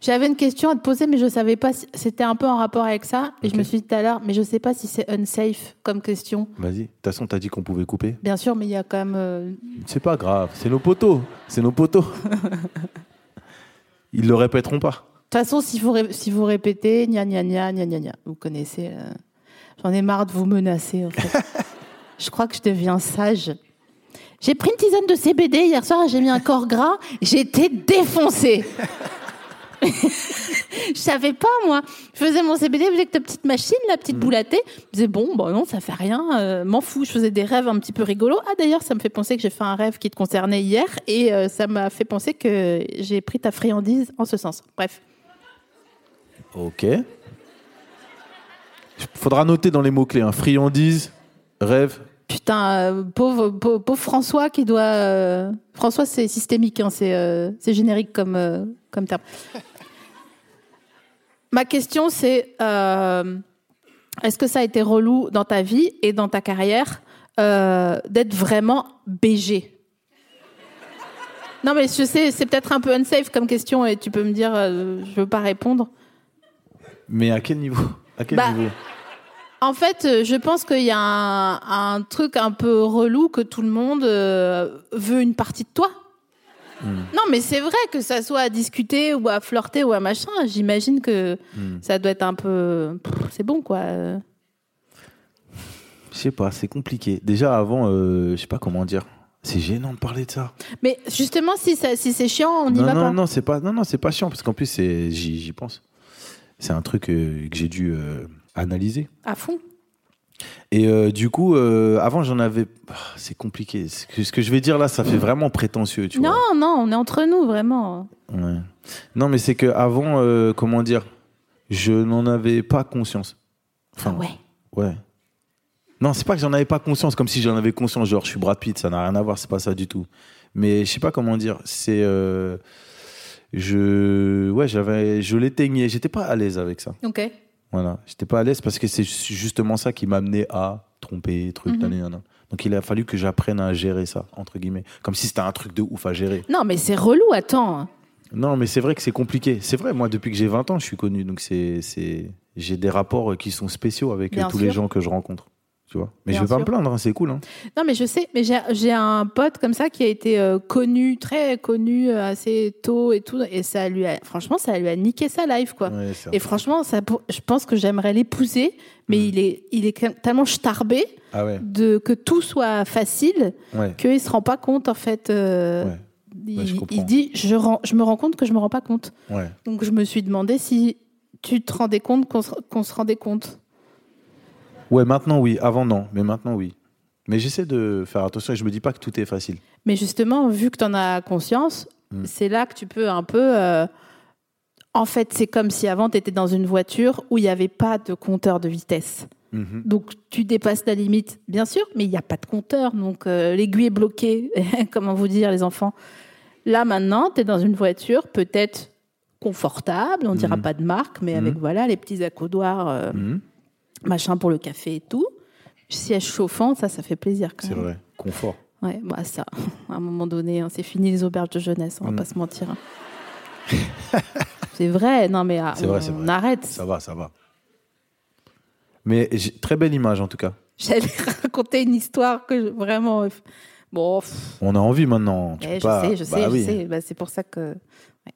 J'avais une question à te poser, mais je savais pas. si- C'était un peu en rapport avec ça. Et je Ok. me suis dit tout à l'heure, mais je sais pas si c'est unsafe comme question. Vas-y. De toute façon, t'as dit qu'on pouvait couper. Bien sûr, mais il y a quand même. euh, C'est pas grave, c'est nos poteaux, c'est nos poteaux. Ils le répéteront pas. De toute façon, si vous, ré- si vous répétez, gna gna gna gna gna gna, vous connaissez. euh, J'en ai marre de vous menacer. En fait. je crois que je deviens sage. J'ai pris une tisane de CBD hier soir, j'ai mis un corps gras, j'étais défoncée. je savais pas moi. Je faisais mon CBD avec ta petite machine, la petite boule à thé. Je disais bon, bon non, ça fait rien, euh, m'en fous. Je faisais des rêves un petit peu rigolos. Ah d'ailleurs, ça me fait penser que j'ai fait un rêve qui te concernait hier et euh, ça m'a fait penser que j'ai pris ta friandise en ce sens. Bref. Ok. Faudra noter dans les mots-clés hein, friandise, rêve. Putain, euh, pauvre, pauvre, pauvre François qui doit. euh, François, c'est systémique, hein, c'est euh, c'est générique comme, euh, comme terme. Ma question, c'est euh, est-ce que ça a été relou dans ta vie et dans ta carrière euh, d'être vraiment BG Non, mais je sais, c'est peut-être un peu unsafe comme question et tu peux me dire, euh, je veux pas répondre. Mais à quel niveau À quel Bah, niveau En fait, euh, je pense qu'il y a un, un truc un peu relou que tout le monde euh, veut une partie de toi. Hmm. Non, mais c'est vrai que ça soit à discuter ou à flirter ou à machin. J'imagine que Hmm. ça doit être un peu. Pff, C'est bon, quoi. euh. Je sais pas, c'est compliqué. Déjà avant, euh, je sais pas comment dire. C'est gênant de parler de ça. Mais justement, si, ça- si c'est chiant, on n'y non, va non, pas. non, c'est pas, non, non, c'est pas chiant parce qu'en plus, c'est, j'y, j'y pense. C'est un truc euh, que j'ai dû euh, analyser. À fond. Et euh, du coup, euh, avant, j'en avais. Ah, C'est compliqué. Ce que, ce que je vais dire là, ça fait vraiment prétentieux, tu non, vois. non, on est entre nous, vraiment. Ouais. Non, mais c'est que avant, euh, comment dire, je n'en avais pas conscience. Enfin, Ouais. Ouais. Non, c'est pas que j'en avais pas conscience, comme si j'en avais conscience, genre je suis Brad Pitt, ça n'a rien à voir, c'est pas ça du tout. Mais je sais pas comment dire, c'est. euh, je. Ouais, j'avais. Je l'éteignais, j'étais pas à l'aise avec ça. Ok. Voilà, j'étais pas à l'aise parce que c'est ju- justement ça qui m'a amené à tromper, truc, nanana. Donc il a fallu que j'apprenne à gérer ça, entre guillemets. Comme si c'était un truc de ouf à gérer. Non, mais c'est relou, attends. Non, mais c'est vrai que c'est compliqué. C'est vrai, moi, depuis que j'ai 20 ans, je suis connu. Donc, c'est, c'est... j'ai des rapports qui sont spéciaux avec Bien euh, tous sûr. les gens que je rencontre. Tu vois Mais Bien je vais pas sûr. me plaindre, hein, c'est cool. hein. Non, mais je sais, mais j'ai- j'ai un pote comme ça qui a été euh, connu, très connu, euh, assez tôt et tout. Et ça lui a, franchement, ça lui a niqué sa life, quoi. Ouais, c'est vrai. et franchement, ça, pour- je pense que j'aimerais l'épouser, mais Mm. il est, il est quand même tellement starbé Ah ouais, de, que tout soit facile ouais. qu'il ne se rend pas compte, en fait. euh, Ouais. Il, Ouais, je il comprends. dit je, rends- je me rends compte que je ne me rends pas compte. ouais. Donc, je me suis demandé si tu te rendais compte qu'on se, qu'on se rendait compte. Ouais, maintenant, oui. Avant, non. Mais maintenant, oui. Mais j'essaie de faire attention et je me dis pas que tout est facile. Mais justement, vu que tu en as conscience, Mm. c'est là que tu peux un peu. euh, En fait, c'est comme si avant, tu étais dans une voiture où il n'y avait pas de compteur de vitesse. Mhm. Donc, tu dépasses la limite, bien sûr, mais il n'y a pas de compteur. Donc, euh, l'aiguille est bloquée. Comment vous dire, les enfants Là, maintenant, tu es dans une voiture peut-être confortable, on ne dira Mhm. pas de marque, mais avec voilà les petits accoudoirs, euh, Mhm. machin pour le café et tout. Siège chauffant, ça, ça fait plaisir quand C'est même. vrai. Confort. Ouais, bah ça, à un moment donné, hein, c'est fini les auberges de jeunesse, on va Mm. pas se mentir. hein. c'est vrai, non mais ah, C'est on, vrai, c'est vrai. on arrête. Ça va, ça va. Mais j'ai- très belle image, en tout cas. J'allais raconter une histoire que je- vraiment. euh, Bon, pff, On a envie maintenant. Tu peux ouais, Eh, je pas- sais, je sais, Bah je oui. sais. Bah, c'est pour ça que. ouais.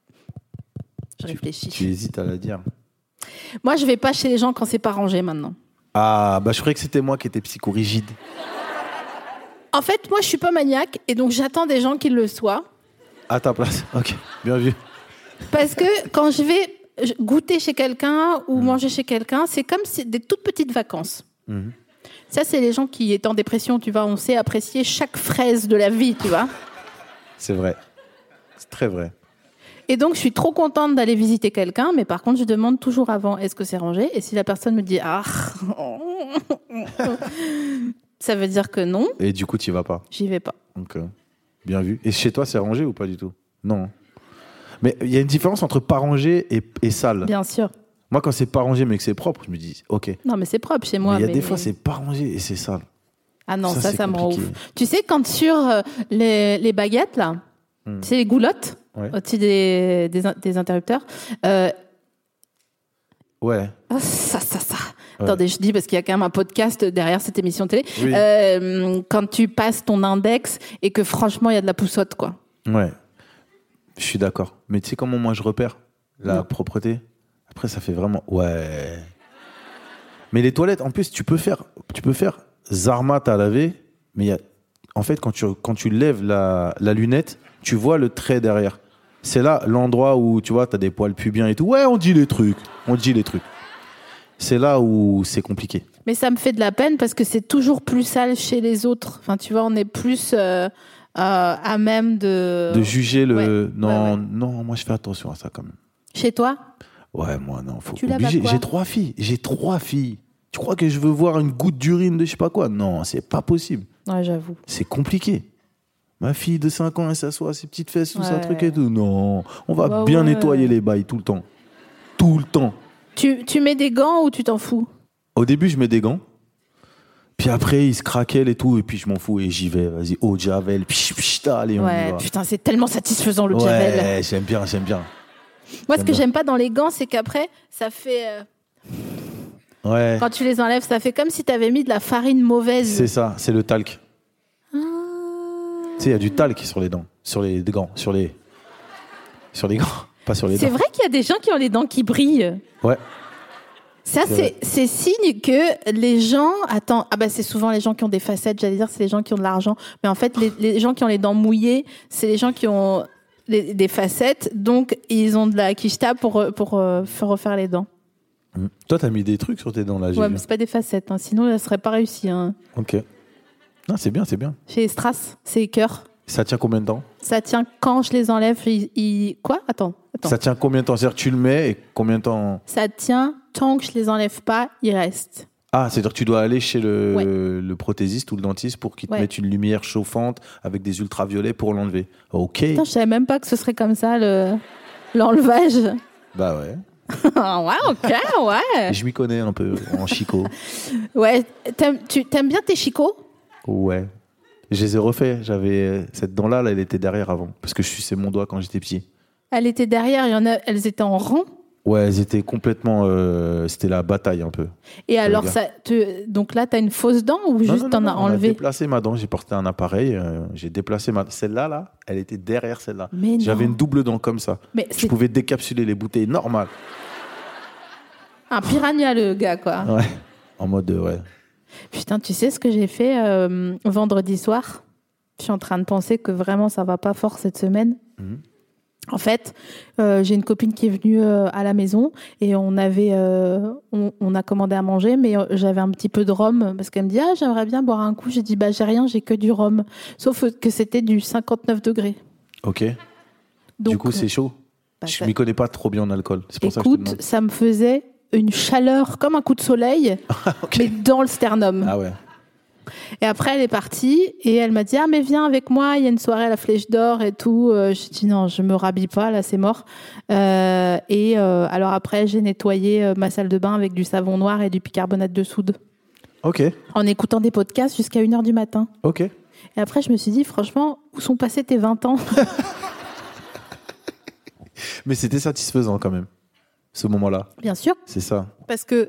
Tu- Je réfléchis. Tu hésites à la dire. Moi, je vais pas chez les gens quand c'est pas rangé maintenant. Ah, bah je croyais que c'était moi qui étais psychorigide. En fait, moi, je suis pas maniaque et donc j'attends des gens qui le soient. À ta place, ok, bien vu. Parce que quand je vais je- goûter chez quelqu'un ou Mm. manger chez quelqu'un, c'est comme si- des toutes petites vacances. Mm-hmm. Ça, c'est les gens qui étant en dépression, tu vois, on sait apprécier chaque fraise de la vie, tu vois. C'est vrai. C'est très vrai. Et donc, je suis trop contente d'aller visiter quelqu'un, mais par contre, je demande toujours avant, est-ce que c'est rangé Et si la personne me dit, ah, ça veut dire que non, Et du coup, tu vas pas. j'y vais pas. Donc, euh, bien vu. Et chez toi, c'est rangé ou pas du tout Non. hein. Mais il y a une différence entre pas rangé et, et sale. Bien sûr. Moi, quand c'est pas rangé mais que c'est propre, je me dis, ok. Non, mais c'est propre chez Mais moi. il y a mais- des fois, c'est pas rangé et c'est sale. Ah non, Ça, ça, ça, c'est me rend compliqué. ouf. Tu sais, quand sur euh, les, les baguettes, là, tu sais, les goulottes, Hmm. Ouais. au-dessus des, des, in- des interrupteurs, euh, Ouais. ah, ça, ça, ça. Ouais. Attendez, je dis parce qu'il y a quand même un podcast derrière cette émission télé. Oui. Euh, quand tu passes ton index et que franchement, il y a de la poussotte, quoi. Ouais. Je suis d'accord. Mais tu sais comment moi je repère la propreté Après, ça fait vraiment. Ouais. Mais les toilettes, en plus, tu peux faire, tu peux faire Zarmat à laver, mais il y a- en fait, quand tu, quand tu lèves la, la lunette, tu vois le trait derrière. C'est là l'endroit où tu vois, t'as des poils pubiens et tout. Ouais, on dit les trucs. On dit les trucs. C'est là où c'est compliqué. Mais ça me fait de la peine parce que c'est toujours plus sale chez les autres. Enfin, tu vois, on est plus euh, euh, à même de. De juger le. Euh, ouais, non, ouais. non, moi je fais attention à ça quand même. Chez toi Ouais, moi, non, faut Tu laves à obligé. quoi J'ai trois filles. J'ai trois filles. Tu crois que je veux voir une goutte d'urine de je sais pas quoi Non, c'est pas possible. Ouais, j'avoue. C'est compliqué. Ma fille de 5 ans, elle s'assoit, ses petites fesses sous un Ouais. truc et tout. Non, on va Bah bien ouais. nettoyer les bails tout le temps. Tout le temps. Tu, tu mets des gants ou tu t'en fous Au début, je mets des gants. Puis après, ils se craquellent et tout. Et puis je m'en fous et j'y vais. Vas-y, oh, Javel. Pich, pich, ta, allez, on y Ouais, va. putain, c'est tellement satisfaisant le javel. ouais, j'aime bien, j'aime bien. Moi, ce que J'aime bien. j'aime pas dans les gants, c'est qu'après, ça fait. euh, Ouais, quand tu les enlèves, ça fait comme si t'avais mis de la farine mauvaise. c'est ça, c'est le talc. Tu sais, il y a du talc sur les dents, sur les gants, sur les. Sur les gants, pas sur les C'est dents. vrai qu'il y a des gens qui ont les dents qui brillent. Ouais. Ça, C'est c'est vrai. c'est signe que les gens. Attends, ah bah c'est souvent les gens qui ont des facettes, j'allais dire, c'est les gens qui ont de l'argent. Mais en fait, les, les gens qui ont les dents mouillées, c'est les gens qui ont les- des facettes. Donc, ils ont de la quicheta pour, euh, pour euh, faire refaire les dents. Mm. Toi, t'as mis des trucs sur tes dents là, j'ai Ouais, vu. mais c'est pas des facettes, hein. sinon, ça serait pas réussi. Hein. Ok. Non, c'est bien, c'est bien. Chez les strass, c'est les cœurs. Ça tient combien de temps Ça tient quand je les enlève. Ils, ils- Quoi Attends, attends. Ça tient combien de temps C'est-à-dire, tu le mets et combien de temps Ça tient tant que je les enlève pas, ils restent. Ah, c'est-à-dire que tu dois aller chez le, Ouais. le prothésiste ou le dentiste pour qu'il te Ouais. mette une lumière chauffante avec des ultraviolets pour l'enlever. Ok. Putain, je savais même pas que ce serait comme ça le l'enlevage. Bah ouais. Ah ouais, ok, ouais. Je m'y connais un peu en chicot. Ouais, t'aimes, tu t'aimes bien tes chicots ouais. Je les ai refaits. J'avais euh, cette dent-là, là, elle était derrière avant. Parce que je suçais mon doigt quand j'étais petit. Elle était derrière, il y en a, elles étaient en rang. Ouais, elles étaient complètement. euh, C'était la bataille un peu. Et alors, bien. ça, te, donc là, t'as une fausse dent ou juste t'en as on a enlevé déplacé ma dent. J'ai porté un appareil. euh, j'ai déplacé ma. Celle-là, là, elle était derrière celle-là. Mais J'avais non. une double dent comme ça. Mais je c'est- pouvais décapsuler les bouteilles normal. Un piranha, le gars, quoi. Ouais. En mode, euh, ouais. Putain, tu sais ce que j'ai fait euh, vendredi soir Je suis en train de penser que vraiment ça va pas fort cette semaine. Mhm. En fait, euh, j'ai une copine qui est venue euh, à la maison et on avait, euh, on, on a commandé à manger, mais euh, j'avais un petit peu de rhum parce qu'elle me dit ah j'aimerais bien boire un coup. J'ai dit bah j'ai rien, j'ai que du rhum. Sauf que c'était du 59 degrés. Ok. Donc, du coup, c'est chaud. bah, je ça- m'y connais pas trop bien en alcool. C'est pour ça que je te écoute, demande. ça me faisait une chaleur comme un coup de soleil, Ok. mais dans le sternum. Ah ouais. Et après, elle est partie et elle m'a dit Ah, mais viens avec moi, il y a une soirée à la Flèche d'Or et tout. Euh, je dis Non, je me rhabille pas, là, c'est mort. Euh, et euh, alors, après, j'ai nettoyé euh, ma salle de bain avec du savon noir et du bicarbonate de soude Ok. en écoutant des podcasts jusqu'à 1h du matin. Ok. Et après, je me suis dit Franchement, où sont passés tes 20 ans Mais c'était satisfaisant quand même. Ce moment-là. Bien sûr, C'est ça. parce que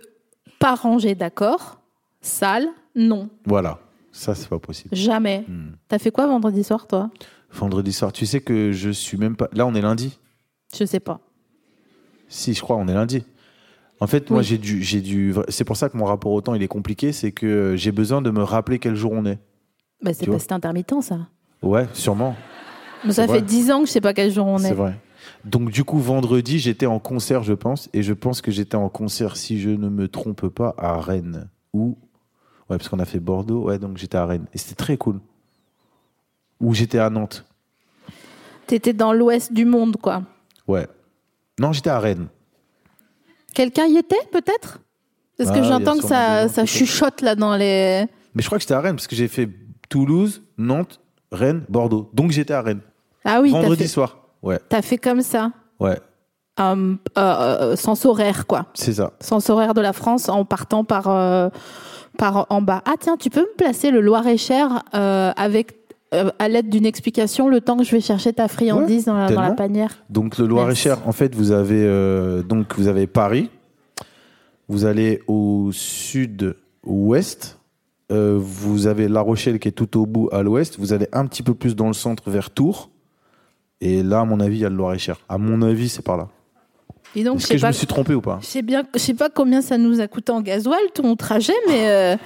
pas rangé, d'accord. Sale, non, Voilà. Ça, c'est pas possible. jamais. Hmm. T'as fait quoi vendredi soir, toi Vendredi soir, tu sais que je suis même pas. Là, on est lundi. Je sais pas. Si, je crois, on est lundi. En fait, moi, Oui. j'ai dû, j'ai dû. C'est pour ça que mon rapport au temps, il est compliqué. C'est que euh, j'ai besoin de me rappeler quel jour on est. Bah, c'est Tu vois parce que t'es intermittent, ça. Ouais, sûrement. Mais ça vrai. fait 10 ans que je sais pas quel jour on est. C'est vrai. Donc, du coup, vendredi, j'étais en concert, je pense. Et je pense que j'étais en concert, si je ne me trompe pas, à Rennes. Ou. Ouais, parce qu'on a fait Bordeaux. Ouais, donc j'étais à Rennes. Et c'était très cool. Ou j'étais à Nantes. T'étais dans l'ouest du monde, quoi. Ouais. Non, j'étais à Rennes. Quelqu'un y était, peut-être Parce Ah, que il y a j'entends que sûrement des ça, gens, ça peut-être. chuchote, là, dans les... Mais je crois que j'étais à Rennes parce que j'ai fait Toulouse, Nantes, Rennes, Bordeaux. Donc j'étais à Rennes. Ah oui, t'as Vendredi fait, soir. Ouais, t'as fait comme ça. ouais, Hum, euh, euh, sens horaire, quoi. c'est ça. Sens horaire de la France en partant par, euh, par en bas. Ah tiens, tu peux me placer le Loir-et-Cher euh, avec... euh, à l'aide d'une explication, le temps que je vais chercher ta friandise Ouais, dans, la, dans la tellement. panière. Donc le Loir-et-Cher, en fait, vous avez euh, donc vous avez Paris. Vous allez au sud-ouest. euh, vous avez La Rochelle qui est tout au bout à l'ouest. Vous allez un petit peu plus dans le centre vers Tours. Et là, à mon avis, il y a le Loir-et-Cher. À mon avis, c'est par là. Et donc, je Est-ce que sais je pas, me suis trompé ou pas je sais bien, je sais pas combien ça nous a coûté en gasoil ton trajet, mais euh,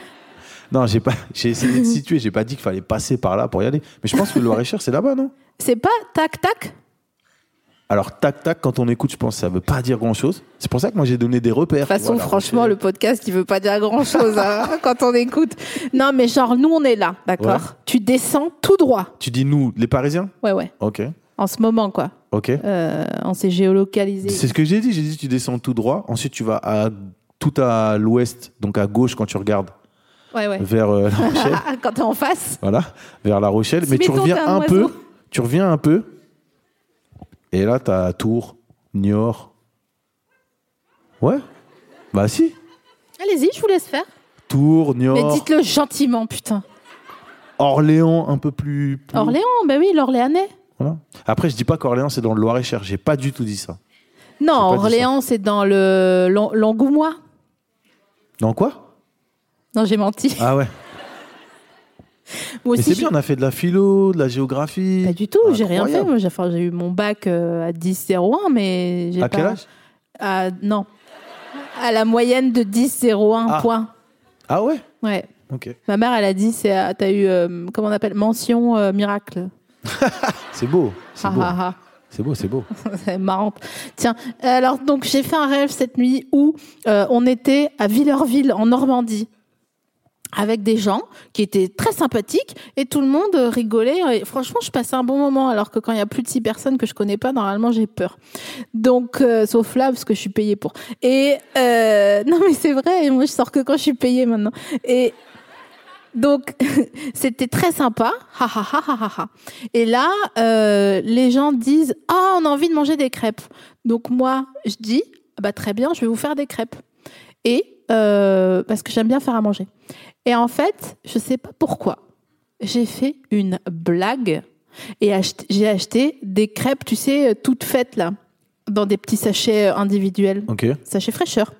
Non, j'ai pas. J'ai essayé de situer. J'ai pas dit qu'il fallait passer par là pour y aller. Mais je pense que le Loir-et-Cher, c'est là-bas, non c'est pas tac tac. Alors tac tac, quand on écoute, je pense que ça veut pas dire grand chose. C'est pour ça que moi j'ai donné des repères. De toute façon, Voilà, franchement, c'est- le podcast, il veut pas dire grand-chose hein, quand on écoute. Non, mais genre, nous, on est là, d'accord Ouais. Tu descends tout droit. Tu dis nous, les Parisiens Ouais, ouais. Ok, En ce moment, quoi. ok. Euh, on s'est géolocalisé. C'est ce que j'ai dit. J'ai dit tu descends tout droit. Ensuite tu vas à tout à l'ouest, donc à gauche quand tu regardes Ouais, ouais. vers euh, La Rochelle. Ah, quand t'es en face, voilà, vers La Rochelle. Si, Mais tu mettons, reviens t'es un, un peu. oiseau. Tu reviens un peu. Et là t'as Tours, Niort. Ouais. Bah si. allez-y, je vous laisse faire. Tours, Mais Niort, dites-le gentiment, putain. Orléans un peu plus. plus- Orléans, ben oui, l'Orléanais. Voilà. Après, je dis pas qu'Orléans c'est dans le Loir-et-Cher. J'ai pas du tout dit ça. J'ai Non, pas dit Orléans, c'est dans le l'An- l'Angoumois. Dans quoi Non, j'ai menti. Ah ouais. Moi Mais aussi, c'est j'ai- bien, on a fait de la philo, de la géographie. Pas du tout, j'ai rien fait. Incroyable. Moi, j'ai enfin, j'ai eu mon bac euh, à 10,01, mais j'ai À pas... quel âge à- Non. à la moyenne de 10,01 Ah. points. Ah ouais Ouais. Ok. Ma mère, elle a dit, c'est, euh, t'as eu, euh, comment on appelle, mention euh, miracle. C'est beau. C'est Ah, beau. ah, C'est beau, c'est beau. ah. C'est marrant. Tiens, alors donc j'ai fait un rêve cette nuit où euh, on était à Villerville en Normandie avec des gens qui étaient très sympathiques et tout le monde euh, rigolait. Et franchement, je passais un bon moment alors que quand il y a plus de six personnes que je connais pas, normalement j'ai peur. Donc, euh, sauf là parce que je suis payée pour. Et euh, non, mais c'est vrai. et Moi, je sors que quand je suis payée maintenant. Et donc, c'était très sympa. Ha, ha, ha, ha, ha, ha. Et là, euh, les gens disent Ah, on a envie de manger des crêpes. Donc, moi, je dis Ah bah, Très bien, je vais vous faire des crêpes. Et euh, parce que j'aime bien faire à manger. Et en fait, je sais pas pourquoi, j'ai fait une blague et acheté- j'ai acheté des crêpes, tu sais, toutes faites là, dans des petits sachets euh, individuels Ok. sachet fraîcheur.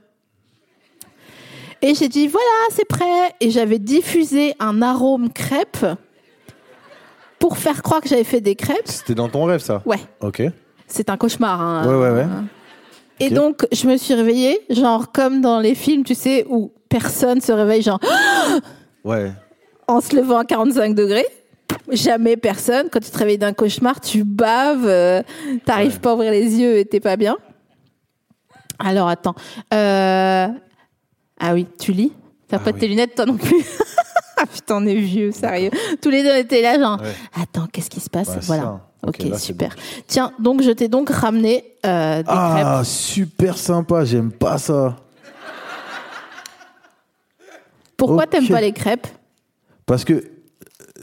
Et j'ai dit voilà, c'est prêt. Et j'avais diffusé un arôme crêpe pour faire croire que j'avais fait des crêpes. C'était dans ton rêve, ça Ouais, Ok. c'est un cauchemar. hein. Ouais, ouais, ouais. Et Ok. donc je me suis réveillée, genre comme dans les films, tu sais, où personne se réveille, genre Ouais. en se levant à 45 degrés. Jamais personne. Quand tu te réveilles d'un cauchemar, tu baves, euh, t'arrives pas à ouvrir les yeux et t'es pas bien. Alors attends. Euh, Ah oui, tu lis T'as Ah pas de oui. tes lunettes, toi non plus Ah, Putain, on est vieux, sérieux. Tous les deux, on était là, genre, attends, qu'est-ce qui se passe Bah, Voilà. ça. Ok, Ok, là, c'est super. Tiens, donc je t'ai donc ramené euh, des crêpes. Ah, super sympa, j'aime pas ça. Pourquoi ok. t'aimes pas les crêpes Parce que, euh,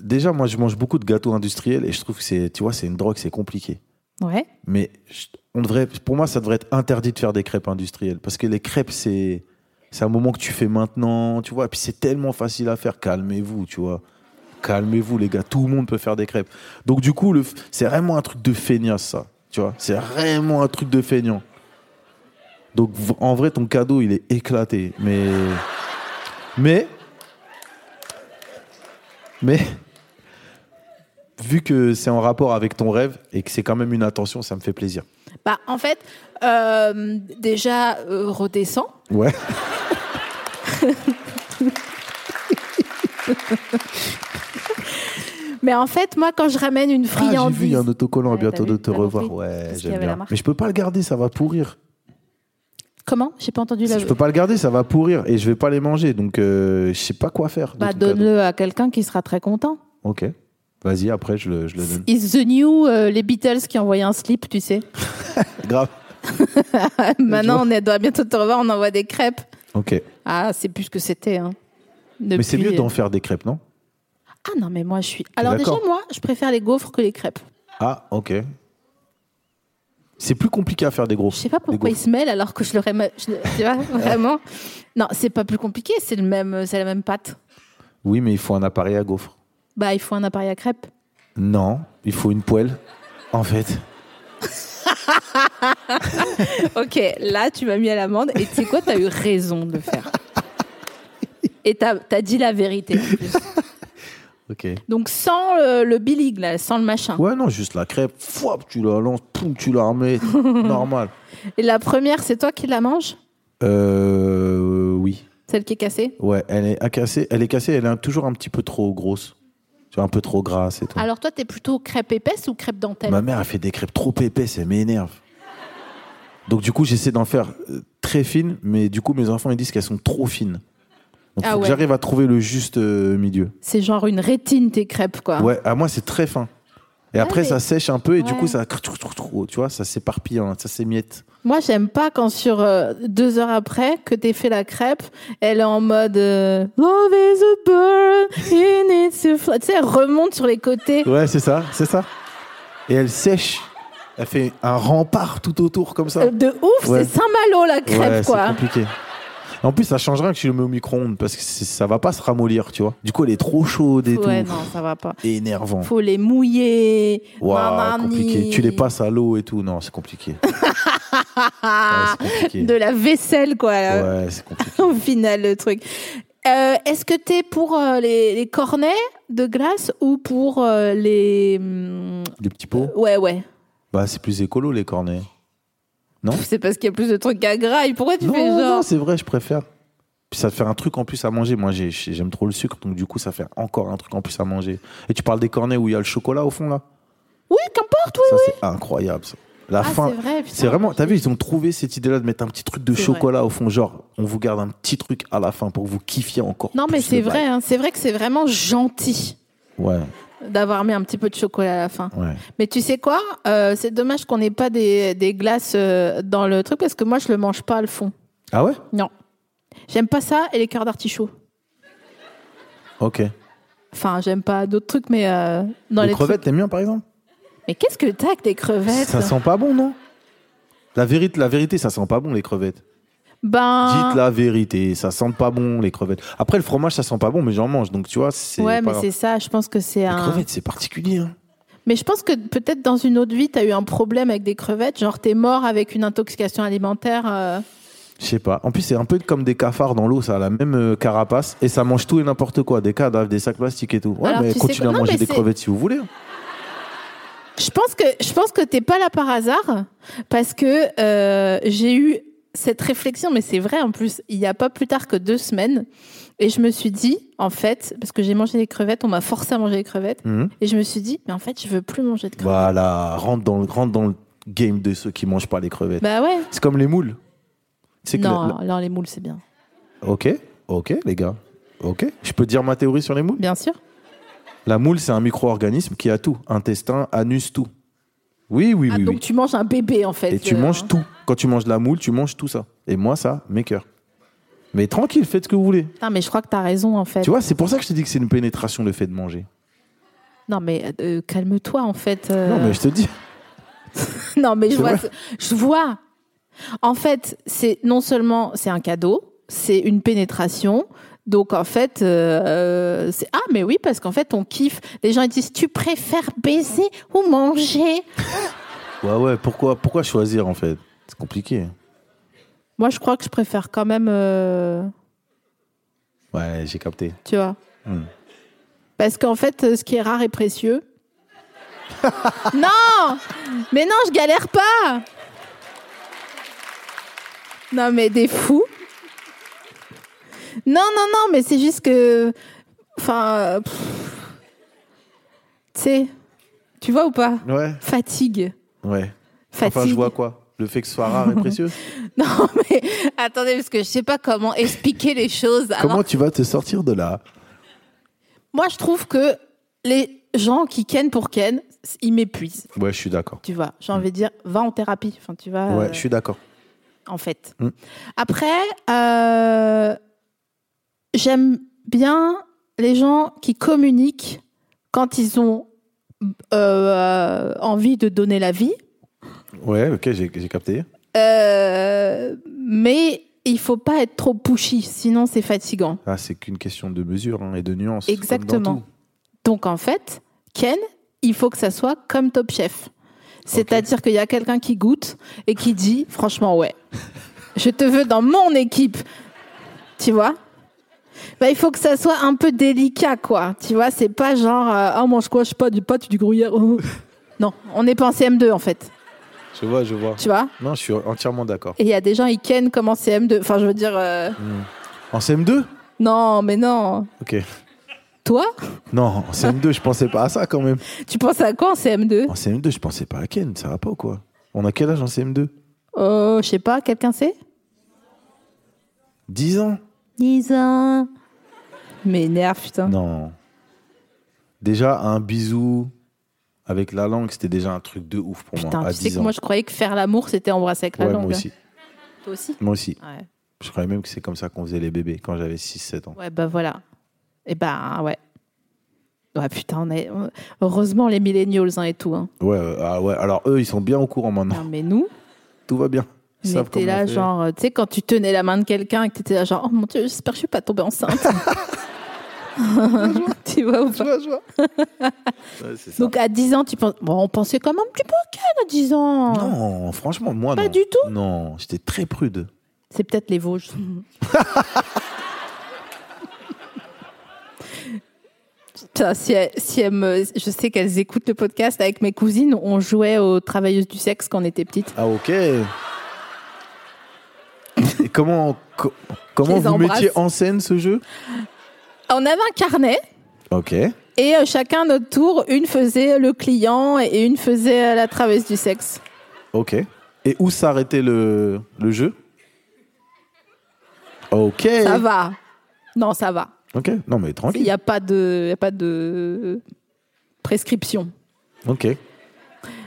déjà, moi, je mange beaucoup de gâteaux industriels et je trouve que c'est, tu vois, c'est une drogue, c'est compliqué. Ouais. Mais je- on devrait, pour moi, ça devrait être interdit de faire des crêpes industrielles. Parce que les crêpes, c'est, c'est un moment que tu fais maintenant, tu vois. Et puis c'est tellement facile à faire. Calmez-vous, tu vois. Calmez-vous, les gars. Tout le monde peut faire des crêpes. Donc, du coup, le, f- c'est vraiment un truc de feignasse, ça. Tu vois, c'est vraiment un truc de feignant. Donc, v- en vrai, ton cadeau, il est éclaté. Mais. Mais. Mais vu que c'est en rapport avec ton rêve et que c'est quand même une attention, ça me fait plaisir. Bah, en fait, euh, déjà, euh, redescends. Ouais. Mais en fait, moi, quand je ramène une Ah, j'ai friandise. vu, il y a un autocollant, à Ouais, bientôt t'as de vu, te t'as revoir. compris, Ouais, parce qu'il y j'aime avait la bien. marque. Mais je peux pas le garder, ça va pourrir. Comment J'ai pas entendu la. Je peux pas le garder, ça va pourrir et je vais pas les manger, donc euh, je sais pas quoi faire. de Bah, ton cadeau. donne-le à quelqu'un qui sera très content. Ok. Vas-y, après je le, je le donne. It's the new, euh, les Beatles qui envoyaient un slip, tu sais. Grave. Maintenant, on est- doit bientôt te revoir, on envoie des crêpes. Ok. Ah, c'est plus ce que c'était. Hein. Mais c'est Depuis- mieux d'en faire des crêpes, non Ah non, mais moi, je suis. Alors, déjà, d'accord. moi, je préfère les gaufres que les crêpes. Ah, ok. C'est plus compliqué à faire des gros. Je sais pas pourquoi ils se mêlent alors que je leur ai. ma- je- Tu vois, vraiment Non, c'est pas plus compliqué, c'est le même- euh, c'est la même pâte. Oui, mais il faut un appareil à gaufres. Bah, il faut un appareil à crêpes. Non, il faut une poêle. En fait. Ok, là, tu m'as mis à l'amende et tu sais quoi, t'as eu raison de le faire. Et t'as as dit la vérité en plus. Ok. Donc sans le, le bilig, là, sans le machin. Ouais, non, juste la crêpe, fouap, tu la lances, poum, tu la remets, normal. Et la première, c'est toi qui la manges Euh, oui. Celle qui est cassée Ouais, elle est à casser, elle est cassée, elle est toujours un petit peu trop grosse. Tu vois, un peu trop grasse et tout. Alors toi, t'es plutôt crêpe épaisse ou crêpe dentelle Ma mère, elle fait des crêpes trop épaisses, elle m'énerve. Donc, du coup, j'essaie d'en faire euh, très fines, mais du coup, mes enfants, ils disent qu'elles sont trop fines. Donc, Ah faut ouais. que j'arrive à trouver le juste euh, milieu. C'est genre une rétine, tes crêpes, quoi. Ouais, à moi, c'est très fin. Et après, Ah. mais- ça sèche un peu, et du Ouais. coup, ça. Tu vois, ça s'éparpille, hein, ça s'émiette. Moi, j'aime pas quand sur euh, deux heures après que t'aies fait la crêpe, elle est en mode euh, Love is a burn, in it's a fl-" Tu sais, elle remonte sur les côtés. Ouais, c'est ça, c'est ça. Et elle sèche. Elle fait un rempart tout autour comme ça. Euh, De ouf, Ouais. c'est Saint-Malo la crêpe, ouais, c'est quoi. compliqué. En plus, ça change rien que tu le mets au micro-ondes parce que c'est- ça va pas se ramollir, tu vois. Du coup, elle est trop chaude et Ouais, tout. non, ça va pas. Et énervant. Faut les mouiller. Waouh, nanani. compliqué. Tu les passes à l'eau et tout. Non, c'est compliqué. Ah, Ouais, c'est compliqué. de la vaisselle, quoi. là. Ouais, c'est compliqué. Au final, le truc. Euh, Est-ce que t'es pour euh, les, les cornets de glace ou pour euh, les. hum, Les petits pots Ouais, ouais. Bah, c'est plus écolo, les cornets. Non Pff, C'est parce qu'il y a plus de trucs à graille. Pourquoi tu Non, fais non, genre c'est vrai, je préfère. Puis ça te fait un truc en plus à manger. Moi, j'ai- j'ai- j'aime trop le sucre, donc du coup, ça fait encore un truc en plus à manger. Et tu parles des cornets où il y a le chocolat au fond, là Oui, qu'importe, oui, Ça, oui. c'est incroyable, ça. La Ah, fin. c'est vrai, putain. C'est vraiment. T'as vu, ils ont trouvé cette idée-là de mettre un petit truc de C'est chocolat au fond. Genre, on vous garde un petit truc à la fin pour que vous kiffiez encore. Non, mais plus c'est le vrai, bail. hein. c'est vrai que c'est vraiment gentil Ouais, d'avoir mis un petit peu de chocolat à la fin. ouais. Mais tu sais quoi Euh, C'est dommage qu'on n'ait pas des, des glaces euh, dans le truc parce que moi, je le mange pas le fond. Ah ouais Non. J'aime pas ça et les cœurs d'artichaut. Ok. Enfin, j'aime pas d'autres trucs, mais euh, dans les, les crevettes, t'aimes bien, par exemple trucs- Mais qu'est-ce que t'as avec des crevettes Ça sent pas bon, non la vérité, la vérité, ça sent pas bon, les crevettes. Ben. Dites la vérité, ça sent pas bon, les crevettes. Après, le fromage, ça sent pas bon, mais j'en mange, donc tu vois, c'est. Ouais, pas mais grave. c'est ça, je pense que c'est Les un. crevettes, c'est particulier. hein. Mais je pense que peut-être dans une autre vie, t'as eu un problème avec des crevettes, genre t'es mort avec une intoxication alimentaire. euh. Je sais pas. En plus, c'est un peu comme des cafards dans l'eau, ça a la même euh, carapace et ça mange tout et n'importe quoi. Des cadavres, des sacs plastiques et tout. Ouais, Alors, mais tu sais continuez quoi à Non, manger mais des c'est- crevettes si vous voulez. hein. Je pense que je pense que t'es pas là par hasard parce que euh, j'ai eu cette réflexion, mais c'est vrai en plus. Il y a pas plus tard que deux semaines, et je me suis dit en fait parce que j'ai mangé des crevettes, on m'a forcé à manger des crevettes, Mhm. et je me suis dit mais en fait je veux plus manger de crevettes. Voilà, rentre dans, le, rentre dans le game de ceux qui mangent pas les crevettes. Bah ouais. C'est comme les moules. C'est que la- Non, la- alors les moules c'est bien. Ok, ok, les gars. Ok. Je peux dire ma théorie sur les moules Bien sûr. La moule, c'est un micro-organisme qui a tout intestin, anus, tout. Oui, oui, ah, oui. donc oui. tu manges un bébé en fait. Et tu euh, manges tout. Quand tu manges de la moule, tu manges tout ça. Et moi, ça, mes cœurs. Mais tranquille, faites ce que vous voulez. Putain, mais je crois que t'as raison en fait. Tu vois, c'est pour ça que je te dis que c'est une pénétration le fait de manger. Non mais euh, calme-toi en fait. euh. Non, mais je te dis. Non, mais je C'est vois, vrai. ce- je vois. En fait, c'est non seulement c'est un cadeau, c'est une pénétration. Donc en fait, euh, euh, c'est ah mais oui parce qu'en fait on kiffe. Les gens ils disent tu préfères baiser ou manger Ouais, ouais, pourquoi, pourquoi choisir en fait C'est compliqué. Moi je crois que je préfère quand même, euh, Ouais, j'ai capté. tu vois. Hmm. Parce qu'en fait, euh, ce qui est rare est précieux. non, mais non, je galère pas. Non, mais des fous. Non, non, non, mais c'est juste que, enfin, euh, pff. tu sais, tu vois ou pas Ouais, Fatigue, ouais. fatigue. Enfin, je vois quoi Le fait que ce soit rare et précieux Non, mais attendez, parce que je sais pas comment expliquer les choses. alors Comment tu vas te sortir de là Moi, je trouve que les gens qui ken pour ken, ils m'épuisent. Ouais, je suis d'accord. Tu vois, j'ai envie de dire, va en thérapie. Enfin, tu vas, Mm. Ouais, euh, je suis d'accord. en fait. Mm. Après, euh, j'aime bien les gens qui communiquent quand ils ont euh, envie de donner la vie. Ouais, ok, j'ai j'ai capté. Euh, mais il faut pas être trop pushy, sinon c'est fatigant. Ah, c'est qu'une question de mesure hein, et de nuance. comme dans Exactement. tout. Donc en fait, Ken, il faut que ça soit comme Top Chef. C'est-à-dire qu'il y a quelqu'un qui goûte et qui dit, franchement, ouais, je te veux dans mon équipe. Tu vois Bah, Il faut que ça soit un peu délicat, quoi. Tu vois, c'est pas genre, euh, Ah, mange quoi, je sais pas, du pâte, du gruyère. oh. Non, on n'est pas en CM2, en fait. Je vois, je vois. Tu vois Non, je suis entièrement d'accord. Et il y a des gens, ils Ken comme en CM2. Enfin, je veux dire, euh, En CM2 non, mais non. Ok. Toi, Non, en CM2, je pensais pas à ça quand même. tu penses à quoi en CM2 En CM2, je pensais pas à Ken, ça va pas ou quoi On a quel âge en CM2 Oh, je sais pas, quelqu'un sait 10 ans 10 ans. M'énerve, putain. Non. Déjà, un bisou avec la langue, c'était déjà un truc de ouf pour Putain, moi. À tu sais 10 que ans. moi je croyais que faire l'amour c'était embrasser avec la ouais, langue. hein. moi aussi. Toi aussi Moi aussi. ouais. Je croyais même que c'est comme ça qu'on faisait les bébés quand j'avais 6-7 ans. Ouais, bah voilà. Et bah ouais. Ouais, putain, on est... heureusement les millennials hein, et tout. Hein. Ouais, euh, ah ouais, alors eux, ils sont bien au courant maintenant. Non, mais nous, Tout va bien. Ils mais savent t'es comment là faire. genre, euh, tu sais, quand tu tenais la main de quelqu'un et que t'étais là genre, oh mon dieu, j'espère que je suis pas tombée enceinte. tu vois ou pas Ouais, c'est ça. Donc à 10 ans, tu penses. Bon, on pensait quand même un petit peu au Ken à 10 ans. Non, franchement, moi, euh, Pas non. du tout Non, j'étais très prude. C'est peut-être les Vosges. Putain, si elles- si elles me- je sais qu'elles écoutent le podcast avec mes cousines. On jouait aux travailleuses du sexe quand on était petites. Ah, ok. comment co- comment les vous embrasse. mettiez en scène ce jeu On avait un carnet. Ok. Et euh, chacun notre tour, une faisait le client et une faisait euh, la traverse du sexe. Ok. Et où s'arrêtait le, le jeu Ok. Ça va. Non, ça va. Ok. Non, mais Il n'y tranquille. a pas de, il y a pas de prescription. Ok.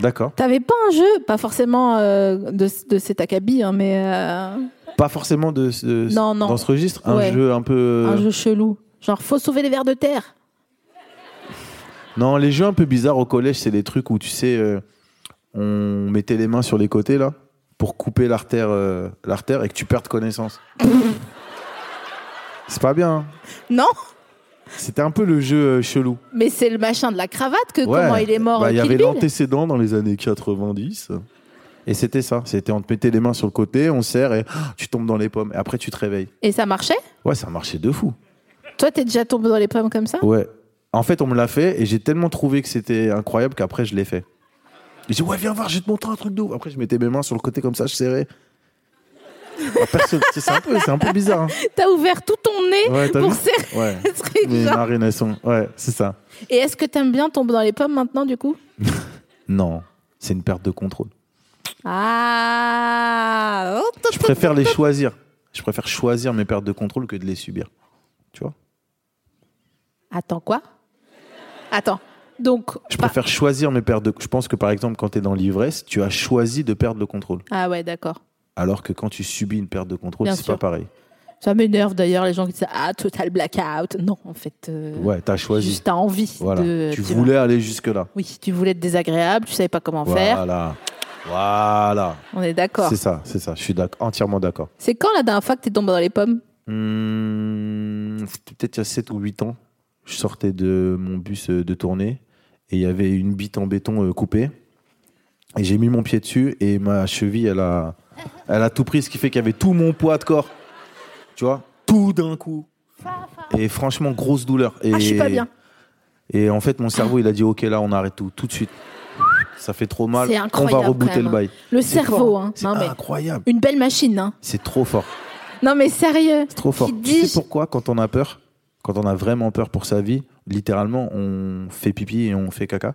D'accord. T'avais pas un jeu, pas forcément euh, de, de cet acabit, hein, mais euh, Pas forcément de, de- Non, non. dans ce registre. Un Ouais. jeu un peu. euh, un jeu chelou. Genre, faut sauver les vers de terre. Non, les jeux un peu bizarres au collège, c'est des trucs où tu sais, euh, on mettait les mains sur les côtés là pour couper l'artère, euh, l'artère et que tu perdes connaissance. c'est pas bien. hein. Non, C'était un peu le jeu euh, chelou. mais c'est le machin de la cravate que Ouais. comment il est mort. Bah, Il y Kill avait Bill. l'antécédent dans les années 90. Et c'était ça. C'était on te mettait les mains sur le côté, on serre et ah, tu tombes dans les pommes. Et après, tu te réveilles. Et ça marchait Ouais, ça marchait de fou. Toi, t'es déjà tombé dans les pommes comme ça Ouais. En fait, on me l'a fait et j'ai tellement trouvé que c'était incroyable qu'après, je l'ai fait. J'ai dit, ouais, viens voir, je vais te montrer un truc de ouf. Après, je mettais mes mains sur le côté comme ça, je serrais. Ah, personne- c'est c'est un, peu- c'est un peu bizarre. hein. T'as ouvert tout ton nez Ouais, t'as pour vu serrer Ouais. le truc, Mes genre. narines, elles sont. Ouais, c'est ça. Et est-ce que t'aimes bien tomber dans les pommes maintenant, du coup Non, c'est une perte de contrôle. Ah Je préfère les choisir. Je préfère choisir mes pertes de contrôle que de les subir. Tu vois Attends, quoi Attends. Donc. Je pas- préfère choisir mes pertes de. Je pense que par exemple, quand tu es dans l'ivresse, tu as choisi de perdre le contrôle. Ah ouais, d'accord. Alors que quand tu subis une perte de contrôle, Bien c'est pas sûr. pareil. Ça m'énerve d'ailleurs, les gens qui disent Ah, total blackout. Non, en fait. euh, Ouais, t'as choisi. Juste, t'as envie. Voilà. de- tu vas- voulais aller jusque-là. Oui, tu voulais être désagréable, tu savais pas comment faire. Voilà. Voilà. On est d'accord. C'est ça, c'est ça. Je suis d'ac- entièrement d'accord. C'est quand la dernière fois que t'es tombé dans les pommes Hmm, c'était peut-être il y a 7 ou 8 ans. Je sortais de mon bus euh, de tournée et il y avait une bite en béton euh, coupée. Et j'ai mis mon pied dessus et ma cheville, elle a, elle a tout pris, ce qui fait qu'il y avait tout mon poids de corps. Tu vois Tout d'un coup. Et franchement, grosse douleur. Et, Ah, je suis pas bien. Et en fait, mon cerveau, il a dit Ok, là, on arrête tout, tout de suite. Ça fait trop mal. C'est incroyable. on va quand rebooter même, le hein. bail. Le C'est cerveau, fort. hein. C'est ah. Non, mais incroyable. une belle machine, hein. C'est trop fort. Non, mais sérieux. C'est trop fort. Qui Tu dis- sais pourquoi quand on a peur, quand on a vraiment peur pour sa vie, littéralement, on fait pipi et on fait caca.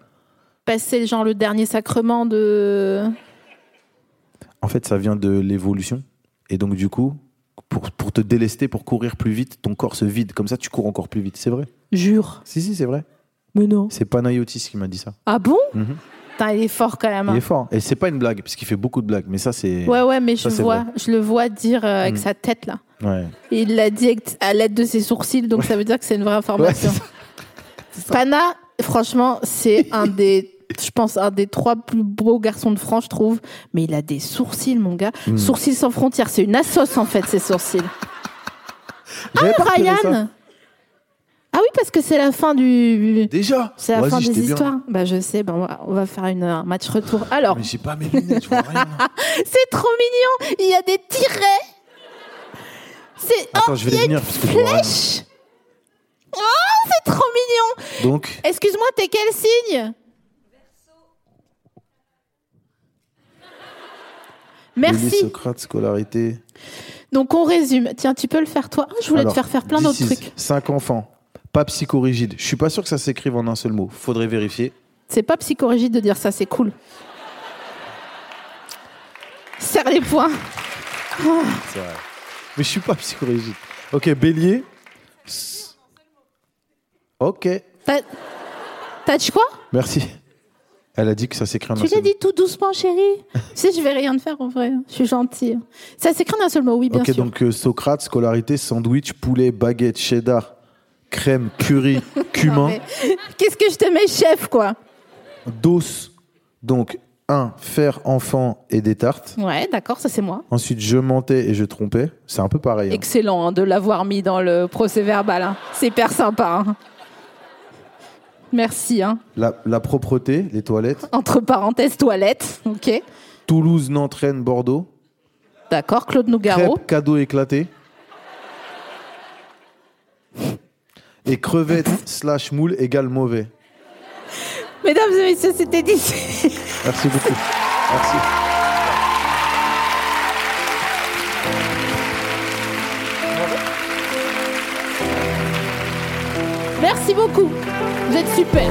Passer, genre, le dernier sacrement de. En fait, ça vient de l'évolution. Et donc, du coup, pour, pour te délester, pour courir plus vite, ton corps se vide. Comme ça, tu cours encore plus vite. C'est vrai. Jure. Si, si, c'est vrai. Mais non. C'est Panayotis qui m'a dit ça. Ah bon Mhm. Putain, il est fort quand même. hein. Il est fort. Et c'est pas une blague, parce qu'il fait beaucoup de blagues. Mais ça, c'est. Ouais, ouais, mais Ça, je, c'est vois, vrai. je le vois dire euh, avec Mm. sa tête là. Ouais. Et il l'a dit avec- à l'aide de ses sourcils, donc ça veut dire que c'est une vraie information. Ouais, Pana, franchement, c'est un des, je pense, un des trois plus beaux garçons de France, je trouve. Mais il a des sourcils, mon gars. Hmm. Sourcils sans frontières, c'est une assoce en fait, ces sourcils. J'avais pas repéré Ah, Ryan ça. Ah oui, parce que c'est la fin du. Déjà C'est la Vas-y, fin des j'étais bien. histoires. Bah, je sais, bah, on va- on va faire une, un match retour. Alors, Mais j'ai pas mes lunettes, je vois rien. c'est trop mignon. Il y a des tirets. C'est oh, Attends, je vais il y a les venir, une parce que je vois rien. flèche. Oh, c'est trop mignon. Donc, Excuse-moi, t'es quel signe Lily, Merci. Socrate, scolarité. Donc on résume. Tiens, tu peux le faire toi. Ah, je voulais te faire faire plein d'autres trucs. 5 enfants, pas psychorigide. Je suis pas sûr que ça s'écrive en un seul mot. Faudrait vérifier. C'est pas psychorigide de dire ça, c'est cool. Serre les poings. C'est vrai. Mais je suis pas psychorigide. Ok, bélier. S- Ok, T'as- T'as dit quoi merci. Elle a dit que ça s'écrit en un Tu l'as seul mot. dit tout doucement, chérie. tu sais, je vais rien te faire en vrai. Je suis gentille. Ça s'écrit d'un seul mot, oui, bien Ok, sûr. donc euh, Socrate, scolarité, sandwich, poulet, baguette, cheddar, crème, curry, cumin, Mais Qu'est-ce que je te mets, chef, quoi dos. Donc, un, faire enfant et des tartes. Ouais, d'accord, ça c'est moi. Ensuite, je mentais et je trompais. C'est un peu pareil. hein. Excellent hein, de l'avoir mis dans le procès verbal. hein. C'est hyper sympa. hein. Merci. hein. La- la propreté, les toilettes. Entre parenthèses, toilette. Ok. Toulouse, Nantes, Rennes, Bordeaux. D'accord, Claude Nougaro. Crêpes, cadeaux éclatés. Et crevettes slash moules égale mauvais. Mesdames et messieurs, c'était d'ici. Merci beaucoup. Merci. Merci beaucoup. Vous êtes super.